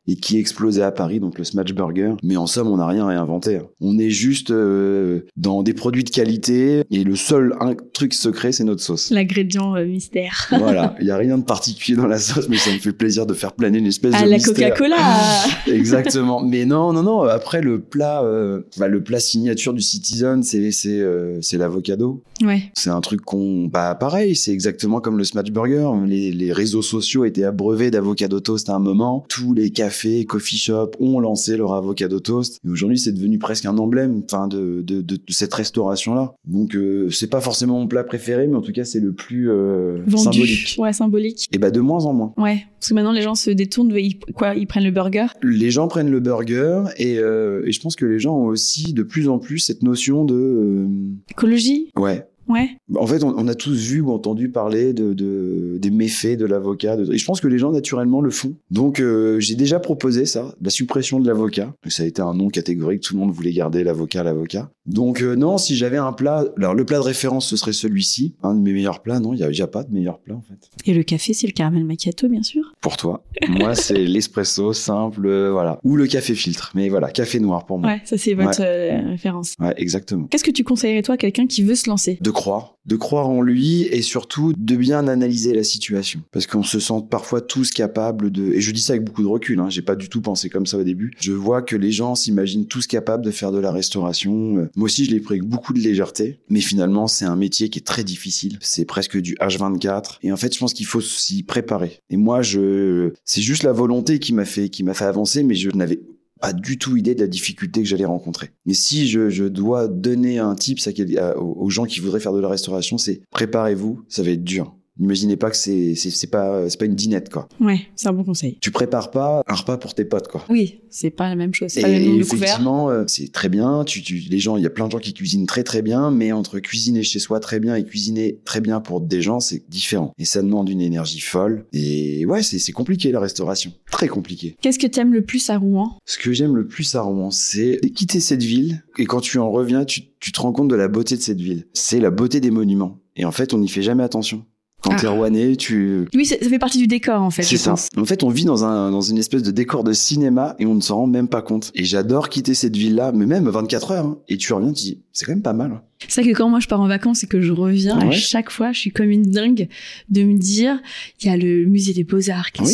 Speaker 2: et qui explosait à Paris, donc le Smash Burger. Mais en somme, on n'a rien réinventé. hein. On est juste euh, dans des produits de qualité et le seul un- truc secret, c'est notre sauce.
Speaker 1: L'ingrédient euh, mystère.
Speaker 2: voilà, il y a rien de particulier dans la sauce, mais ça me fait plaisir de faire planer une espèce
Speaker 1: À
Speaker 2: de
Speaker 1: Ah, la
Speaker 2: mystère. Ah.
Speaker 1: Coca-Cola
Speaker 2: Exactement. Mais non, non, non. Après, le plat, euh, bah, le plat signature du Citizen, c'est c'est euh, c'est l'avocado.
Speaker 1: Ouais.
Speaker 2: C'est un truc qu'on, bah pareil, c'est exactement comme le smash burger. Les, les réseaux sociaux étaient abreuvés d'avocado toast à un moment. Tous les cafés, coffee shops ont lancé leur avocado toast. Et aujourd'hui, c'est devenu presque un emblème, enfin, de, de, de, de cette restauration-là. Donc, euh, c'est pas forcément mon plat préféré, mais en tout cas, c'est le plus euh,
Speaker 1: Vendu.
Speaker 2: symbolique.
Speaker 1: Ouais, symbolique.
Speaker 2: Et bah de moins en moins.
Speaker 1: Ouais. Parce que maintenant, les gens se détournent, ils, quoi, ils prennent le burger.
Speaker 2: Les gens prennent le burger et, euh, et je pense que les gens ont aussi de plus en plus cette notion de euh,
Speaker 1: Écologie
Speaker 2: ouais
Speaker 1: Ouais.
Speaker 2: En fait, on, on a tous vu ou entendu parler de, de- des méfaits de l'avocat. de- et je pense que les gens, naturellement, le font. Donc, euh, j'ai déjà proposé ça, la suppression de l'avocat. Ça a été un nom catégorique. Tout le monde voulait garder l'avocat, l'avocat. Donc, euh, non, si j'avais un plat... Alors, le plat de référence, ce serait celui-ci. Un de mes meilleurs plats. Non, il n'y a, il y a pas de meilleur plat, en fait.
Speaker 1: Et le café, c'est le caramel macchiato, bien sûr.
Speaker 2: Pour toi. moi, c'est l'espresso simple, euh, voilà. Ou le café filtre. Mais voilà, café noir pour moi.
Speaker 1: Ouais, ça, c'est votre euh, référence.
Speaker 2: ouais exactement.
Speaker 1: Qu'est-ce que tu conseillerais, toi, à quelqu'un qui veut se lancer
Speaker 2: de croire, de croire en lui et surtout de bien analyser la situation. Parce qu'on se sent parfois tous capables de, et je dis ça avec beaucoup de recul, hein, j'ai pas du tout pensé comme ça au début. Je vois que les gens s'imaginent tous capables de faire de la restauration. Euh, Moi aussi, je l'ai pris avec beaucoup de légèreté, mais finalement, c'est un métier qui est très difficile. C'est presque du H24. Et en fait, je pense qu'il faut s'y préparer. Et moi, je, c'est juste la volonté qui m'a fait, qui m'a fait avancer, mais je n'avais pas du tout idée de la difficulté que j'allais rencontrer. Mais si je, je dois donner un tips à quel- à- aux aux gens qui voudraient faire de la restauration, c'est préparez-vous, ça va être dur. N'imaginez pas que c'est c'est c'est pas c'est pas une dinette quoi.
Speaker 1: Ouais, c'est un bon conseil.
Speaker 2: Tu prépares pas un repas pour tes potes quoi.
Speaker 1: Oui, c'est pas la même chose. C'est
Speaker 2: Et,
Speaker 1: pas le
Speaker 2: et
Speaker 1: même couvert.
Speaker 2: effectivement, euh, c'est très bien. Tu, tu, les gens, il y a plein de gens qui cuisinent très très bien, mais entre cuisiner chez soi très bien et cuisiner très bien pour des gens, c'est différent. Et ça demande une énergie folle. Et ouais, c'est c'est compliqué la restauration, très compliqué.
Speaker 1: Qu'est-ce que t'aimes le plus à Rouen
Speaker 2: Ce que j'aime le plus à Rouen, c'est quitter cette ville et quand tu en reviens, tu, tu te rends compte de la beauté de cette ville. C'est la beauté des monuments. Et en fait, on n'y fait jamais attention. Quand
Speaker 1: Ah.
Speaker 2: t'es rouennais, tu...
Speaker 1: Oui, c'est- ça fait partie du décor, en fait,
Speaker 2: C'est
Speaker 1: je
Speaker 2: ça.
Speaker 1: pense.
Speaker 2: En fait, on vit dans, un, dans une espèce de décor de cinéma et on ne s'en rend même pas compte. Et j'adore quitter cette ville-là, mais même à 24 heures. hein. et tu reviens, tu dis, c'est quand même pas mal. hein.
Speaker 1: C'est vrai que quand moi je pars en vacances et que je reviens, à
Speaker 2: Ouais.
Speaker 1: chaque fois, je suis comme une dingue de me dire, il y a le musée des Beaux-Arts qui est
Speaker 2: Oui.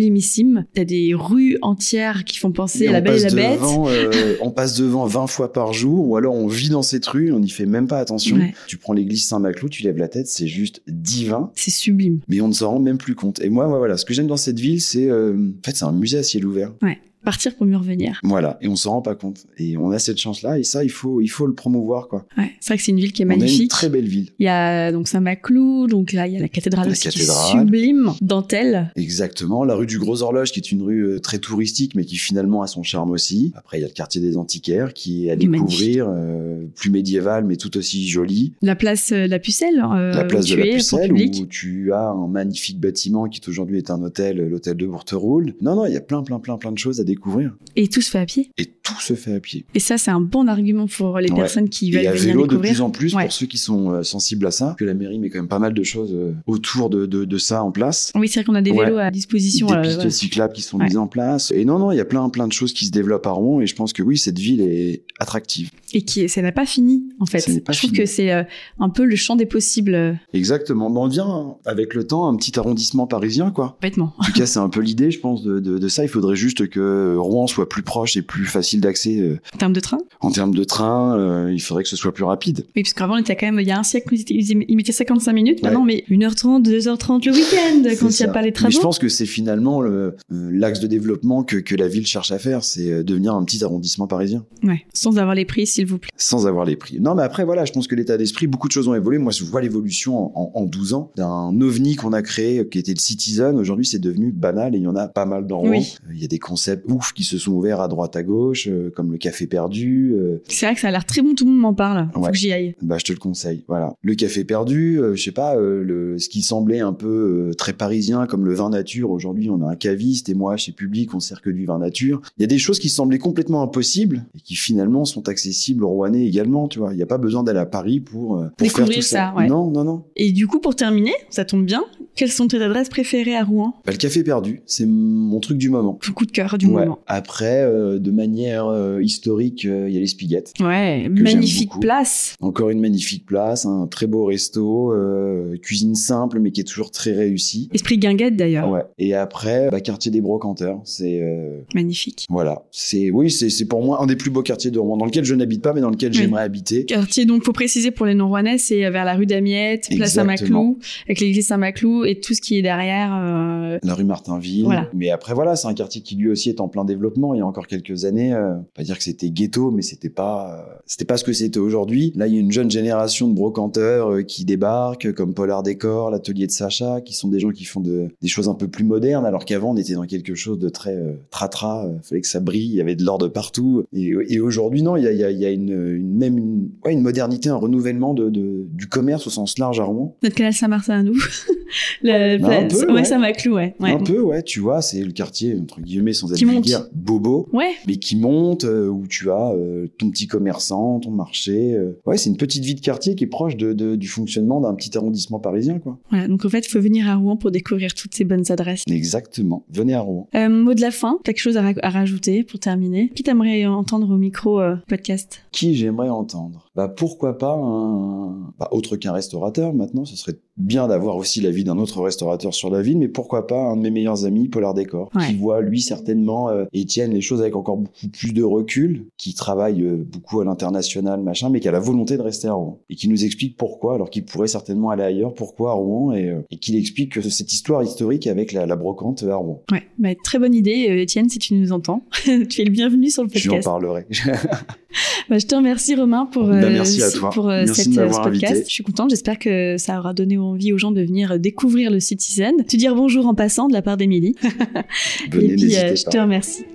Speaker 1: sublimissime. T'as des rues entières qui font penser
Speaker 2: Et
Speaker 1: à la
Speaker 2: on
Speaker 1: Belle et
Speaker 2: passe
Speaker 1: la Bête.
Speaker 2: devant, euh, on passe devant 20 fois par jour, ou alors on vit dans cette rue, on n'y fait même pas attention.
Speaker 1: Ouais.
Speaker 2: Tu prends l'église Saint-Maclou, tu lèves la tête, c'est juste divin.
Speaker 1: C'est sublime.
Speaker 2: mais on ne s'en rend même plus compte. Et moi, ouais, voilà, ce que j'aime dans cette ville, c'est euh, en fait c'est un musée à ciel ouvert.
Speaker 1: Ouais. partir pour mieux revenir.
Speaker 2: Voilà, et on s'en rend pas compte. Et on a cette chance-là, et ça, il faut, il faut le promouvoir, quoi.
Speaker 1: Ouais, c'est vrai que c'est une ville qui est
Speaker 2: On a une
Speaker 1: magnifique.
Speaker 2: très belle ville.
Speaker 1: Il y a donc Saint-Maclou, donc là il y a la cathédrale
Speaker 2: La
Speaker 1: aussi qui est
Speaker 2: cathédrale.
Speaker 1: sublime, dentelle.
Speaker 2: Exactement, la rue du Gros Horloge, qui est une rue euh, très touristique, mais qui finalement a son charme aussi. Après, il y a le quartier des Antiquaires, qui est à
Speaker 1: Il est
Speaker 2: découvrir, euh, plus médiéval, mais tout aussi joli.
Speaker 1: La place euh, de la Pucelle, euh,
Speaker 2: la place
Speaker 1: où
Speaker 2: de
Speaker 1: tu
Speaker 2: la
Speaker 1: es, pour
Speaker 2: Pucelle,
Speaker 1: public.
Speaker 2: où tu as un magnifique bâtiment qui est aujourd'hui est un hôtel, l'hôtel de Bourteroule. Non, non, il y a plein, plein, plein, plein de choses à découvrir.
Speaker 1: Et tout se fait à pied.
Speaker 2: Et tout se fait à pied.
Speaker 1: Et ça c'est un bon argument pour les
Speaker 2: Ouais.
Speaker 1: personnes qui
Speaker 2: Et
Speaker 1: veulent
Speaker 2: à
Speaker 1: venir
Speaker 2: vélo de
Speaker 1: découvrir.
Speaker 2: plus en plus,
Speaker 1: Ouais.
Speaker 2: pour ceux qui sont euh, sensibles à ça, que la mairie met quand même pas mal de choses euh, autour de, de, de ça en place.
Speaker 1: Oui, c'est vrai qu'on a des
Speaker 2: Ouais.
Speaker 1: vélos à disposition.
Speaker 2: Des
Speaker 1: euh,
Speaker 2: pistes
Speaker 1: voilà.
Speaker 2: cyclables qui sont
Speaker 1: Ouais.
Speaker 2: mises en place. Et non, non, il y a plein, plein de choses qui se développent à Rouen. Et je pense que oui, cette ville est attractive.
Speaker 1: Et qui, ça n'a pas fini, en fait.
Speaker 2: Ça n'est pas
Speaker 1: je trouve
Speaker 2: fini.
Speaker 1: que c'est euh, un peu le champ des possibles, euh,
Speaker 2: Exactement. Mais on devient, hein, avec le temps, un petit arrondissement parisien, quoi.
Speaker 1: bêtement.
Speaker 2: En tout cas, c'est un peu l'idée, je pense, de, de, de ça. Il faudrait juste que euh, Rouen soit plus proche et plus facile d'accès euh,
Speaker 1: En termes de train.
Speaker 2: en termes de train. euh, il faudrait que ce soit plus rapide.
Speaker 1: Oui, parce qu'avant, on était quand même, il y a un siècle, ils étaient- ils imitaient 55 minutes. Maintenant, mais
Speaker 3: 1h30, 2h30 le week-end quand il
Speaker 2: C'est
Speaker 3: n'y a
Speaker 2: ça.
Speaker 3: pas les
Speaker 2: Mais je
Speaker 3: travaux.
Speaker 2: pense que c'est finalement le- euh, l'axe de développement que, que la ville cherche à faire, c'est euh, devenir un petit arrondissement parisien,
Speaker 1: ouais, sans avoir les prix, s'il vous plaît.
Speaker 2: sans avoir les prix. Non, mais après, voilà, je pense que l'état d'esprit, beaucoup de choses ont évolué. Moi, je vois l'évolution en, en- en 12 ans d'un ovni qu'on a créé, euh, qui était le Citizen. Aujourd'hui, c'est devenu banal et il y en a pas mal dans Rouen.
Speaker 1: Oui.
Speaker 2: Euh, Il y a des concepts ouf qui se sont ouverts à droite, à gauche, euh, comme le café perdu. euh,
Speaker 1: C'est vrai que ça a l'air très bon, tout le monde m'en parle. Faut
Speaker 2: Ouais.
Speaker 1: que j'y aille.
Speaker 2: bah, je te le conseille. Voilà. Le café perdu, euh, je sais pas, euh, le, ce qui semblait un peu euh, très parisien, comme le vin nature. Aujourd'hui, on a un caviste et moi, chez Public, on sert que du vin nature. Il y a des choses qui semblaient complètement impossibles et qui finalement sont accessibles aux Rouennais également, tu vois. Il n'y a pas besoin d'aller à Paris pour, euh, pour faire
Speaker 1: Découvrir
Speaker 2: tout ça.
Speaker 1: ça, ouais.
Speaker 2: Non, non, non.
Speaker 1: Et du coup, pour terminer, ça tombe bien, quelles sont tes adresses préférées à Rouen
Speaker 2: Bah, le café perdu, c'est mon truc du moment.
Speaker 1: Ton coup de cœur du
Speaker 2: Ouais.
Speaker 1: moment.
Speaker 2: Après, euh, de manière euh, historique, euh, il y a les Spiguettes.
Speaker 1: Ouais,
Speaker 2: j'aime
Speaker 1: magnifique
Speaker 2: beaucoup.
Speaker 1: place.
Speaker 2: Encore une magnifique place, un très beau resto, euh, cuisine simple mais qui est toujours très réussie.
Speaker 1: Esprit guinguette, d'ailleurs.
Speaker 2: Ah Ouais. Et après, bah, quartier des brocanteurs, c'est euh,
Speaker 1: Magnifique.
Speaker 2: voilà, c'est oui, c'est c'est pour moi un des plus beaux quartiers de Rouen, dans lequel je n'habite pas, mais dans lequel
Speaker 1: Oui.
Speaker 2: j'aimerais habiter.
Speaker 1: Quartier, donc, faut préciser pour les non-rouennais, c'est vers la rue d'Amiette, place
Speaker 2: Exactement.
Speaker 1: Saint-Maclou, avec l'église Saint-Maclou et tout ce qui est derrière. euh,
Speaker 2: La rue Martinville.
Speaker 1: Voilà.
Speaker 2: Mais après, voilà, c'est un quartier qui lui aussi est en plein développement. Il y a encore quelques années, euh, pas dire que c'était ghetto, mais c'était pas, euh, c'était pas ce que c'était aujourd'hui. Là, il y a une jeune génération de brocanteurs euh, qui débarquent, comme Polar Décor, l'atelier de Sacha, qui sont des gens qui font de, des choses un peu plus modernes, alors qu'avant, on était dans quelque chose de très euh, tratra. euh, fallait que ça brille, il y avait de l'or de partout. Et, et aujourd'hui, non, il y a, il y a- il y a une, une- même une, ouais, une modernité, un renouvellement de, de- du commerce au sens large à Rouen.
Speaker 1: Notre canal Saint-Martin à nous. Le
Speaker 2: Bah, un peu,
Speaker 1: ouais,
Speaker 2: ouais.
Speaker 1: Saint-Maclou, ouais. ouais.
Speaker 2: Un peu, ouais, tu vois, c'est le quartier, entre guillemets, sans
Speaker 1: Qui
Speaker 2: être
Speaker 1: monte.
Speaker 2: vulgaire, bobo.
Speaker 1: Ouais,
Speaker 2: mais qui monte, euh, où tu as euh, ton petit commerçant, ton marché. euh. Ouais, c'est une petite vie de quartier qui est proche de, de- du fonctionnement d'un petit arrondissement parisien, quoi.
Speaker 1: voilà. Donc en fait, il faut venir à Rouen pour découvrir toutes ces bonnes adresses.
Speaker 2: Exactement. Venez à Rouen.
Speaker 1: Euh, mot de la fin, t'as quelque chose à, ra- à rajouter pour terminer Qui t'aimerais entendre au micro euh, podcast
Speaker 2: Qui j'aimerais entendre Bah pourquoi pas un... Bah, autre qu'un restaurateur, maintenant, ce serait bien d'avoir aussi l'avis d'un autre restaurateur sur la ville, mais pourquoi pas un de mes meilleurs amis, Polar Décor,
Speaker 1: Ouais.
Speaker 2: qui voit, lui, certainement, euh, Étienne, les choses avec encore beaucoup plus de recul, qui travaille euh, beaucoup à l'international, machin, mais qui a la volonté de rester à Rouen. Et qui nous explique pourquoi, alors qu'il pourrait certainement aller ailleurs, pourquoi à Rouen, et, euh, et qu'il explique que cette histoire historique avec la, la brocante à Rouen.
Speaker 1: Ouais, bah, très bonne idée, euh, Étienne, si tu nous entends. tu es le bienvenu sur le
Speaker 2: Je lui en
Speaker 1: podcast.
Speaker 2: parlerai.
Speaker 1: Bah, je te remercie, Romain, pour,
Speaker 2: Bah, merci à
Speaker 1: si-
Speaker 2: toi.
Speaker 1: pour euh,
Speaker 2: Merci
Speaker 1: cette,
Speaker 2: de
Speaker 1: euh, ce
Speaker 2: m'avoir
Speaker 1: podcast.
Speaker 2: invité.
Speaker 1: Je suis contente, j'espère que ça aura donné envie aux gens de venir euh, découvrir le Citizen. Tu dire bonjour en passant de la part d'Émilie.
Speaker 2: Venez,
Speaker 1: Et puis, euh,
Speaker 2: n'hésitez
Speaker 1: je
Speaker 2: pas.
Speaker 1: te remercie.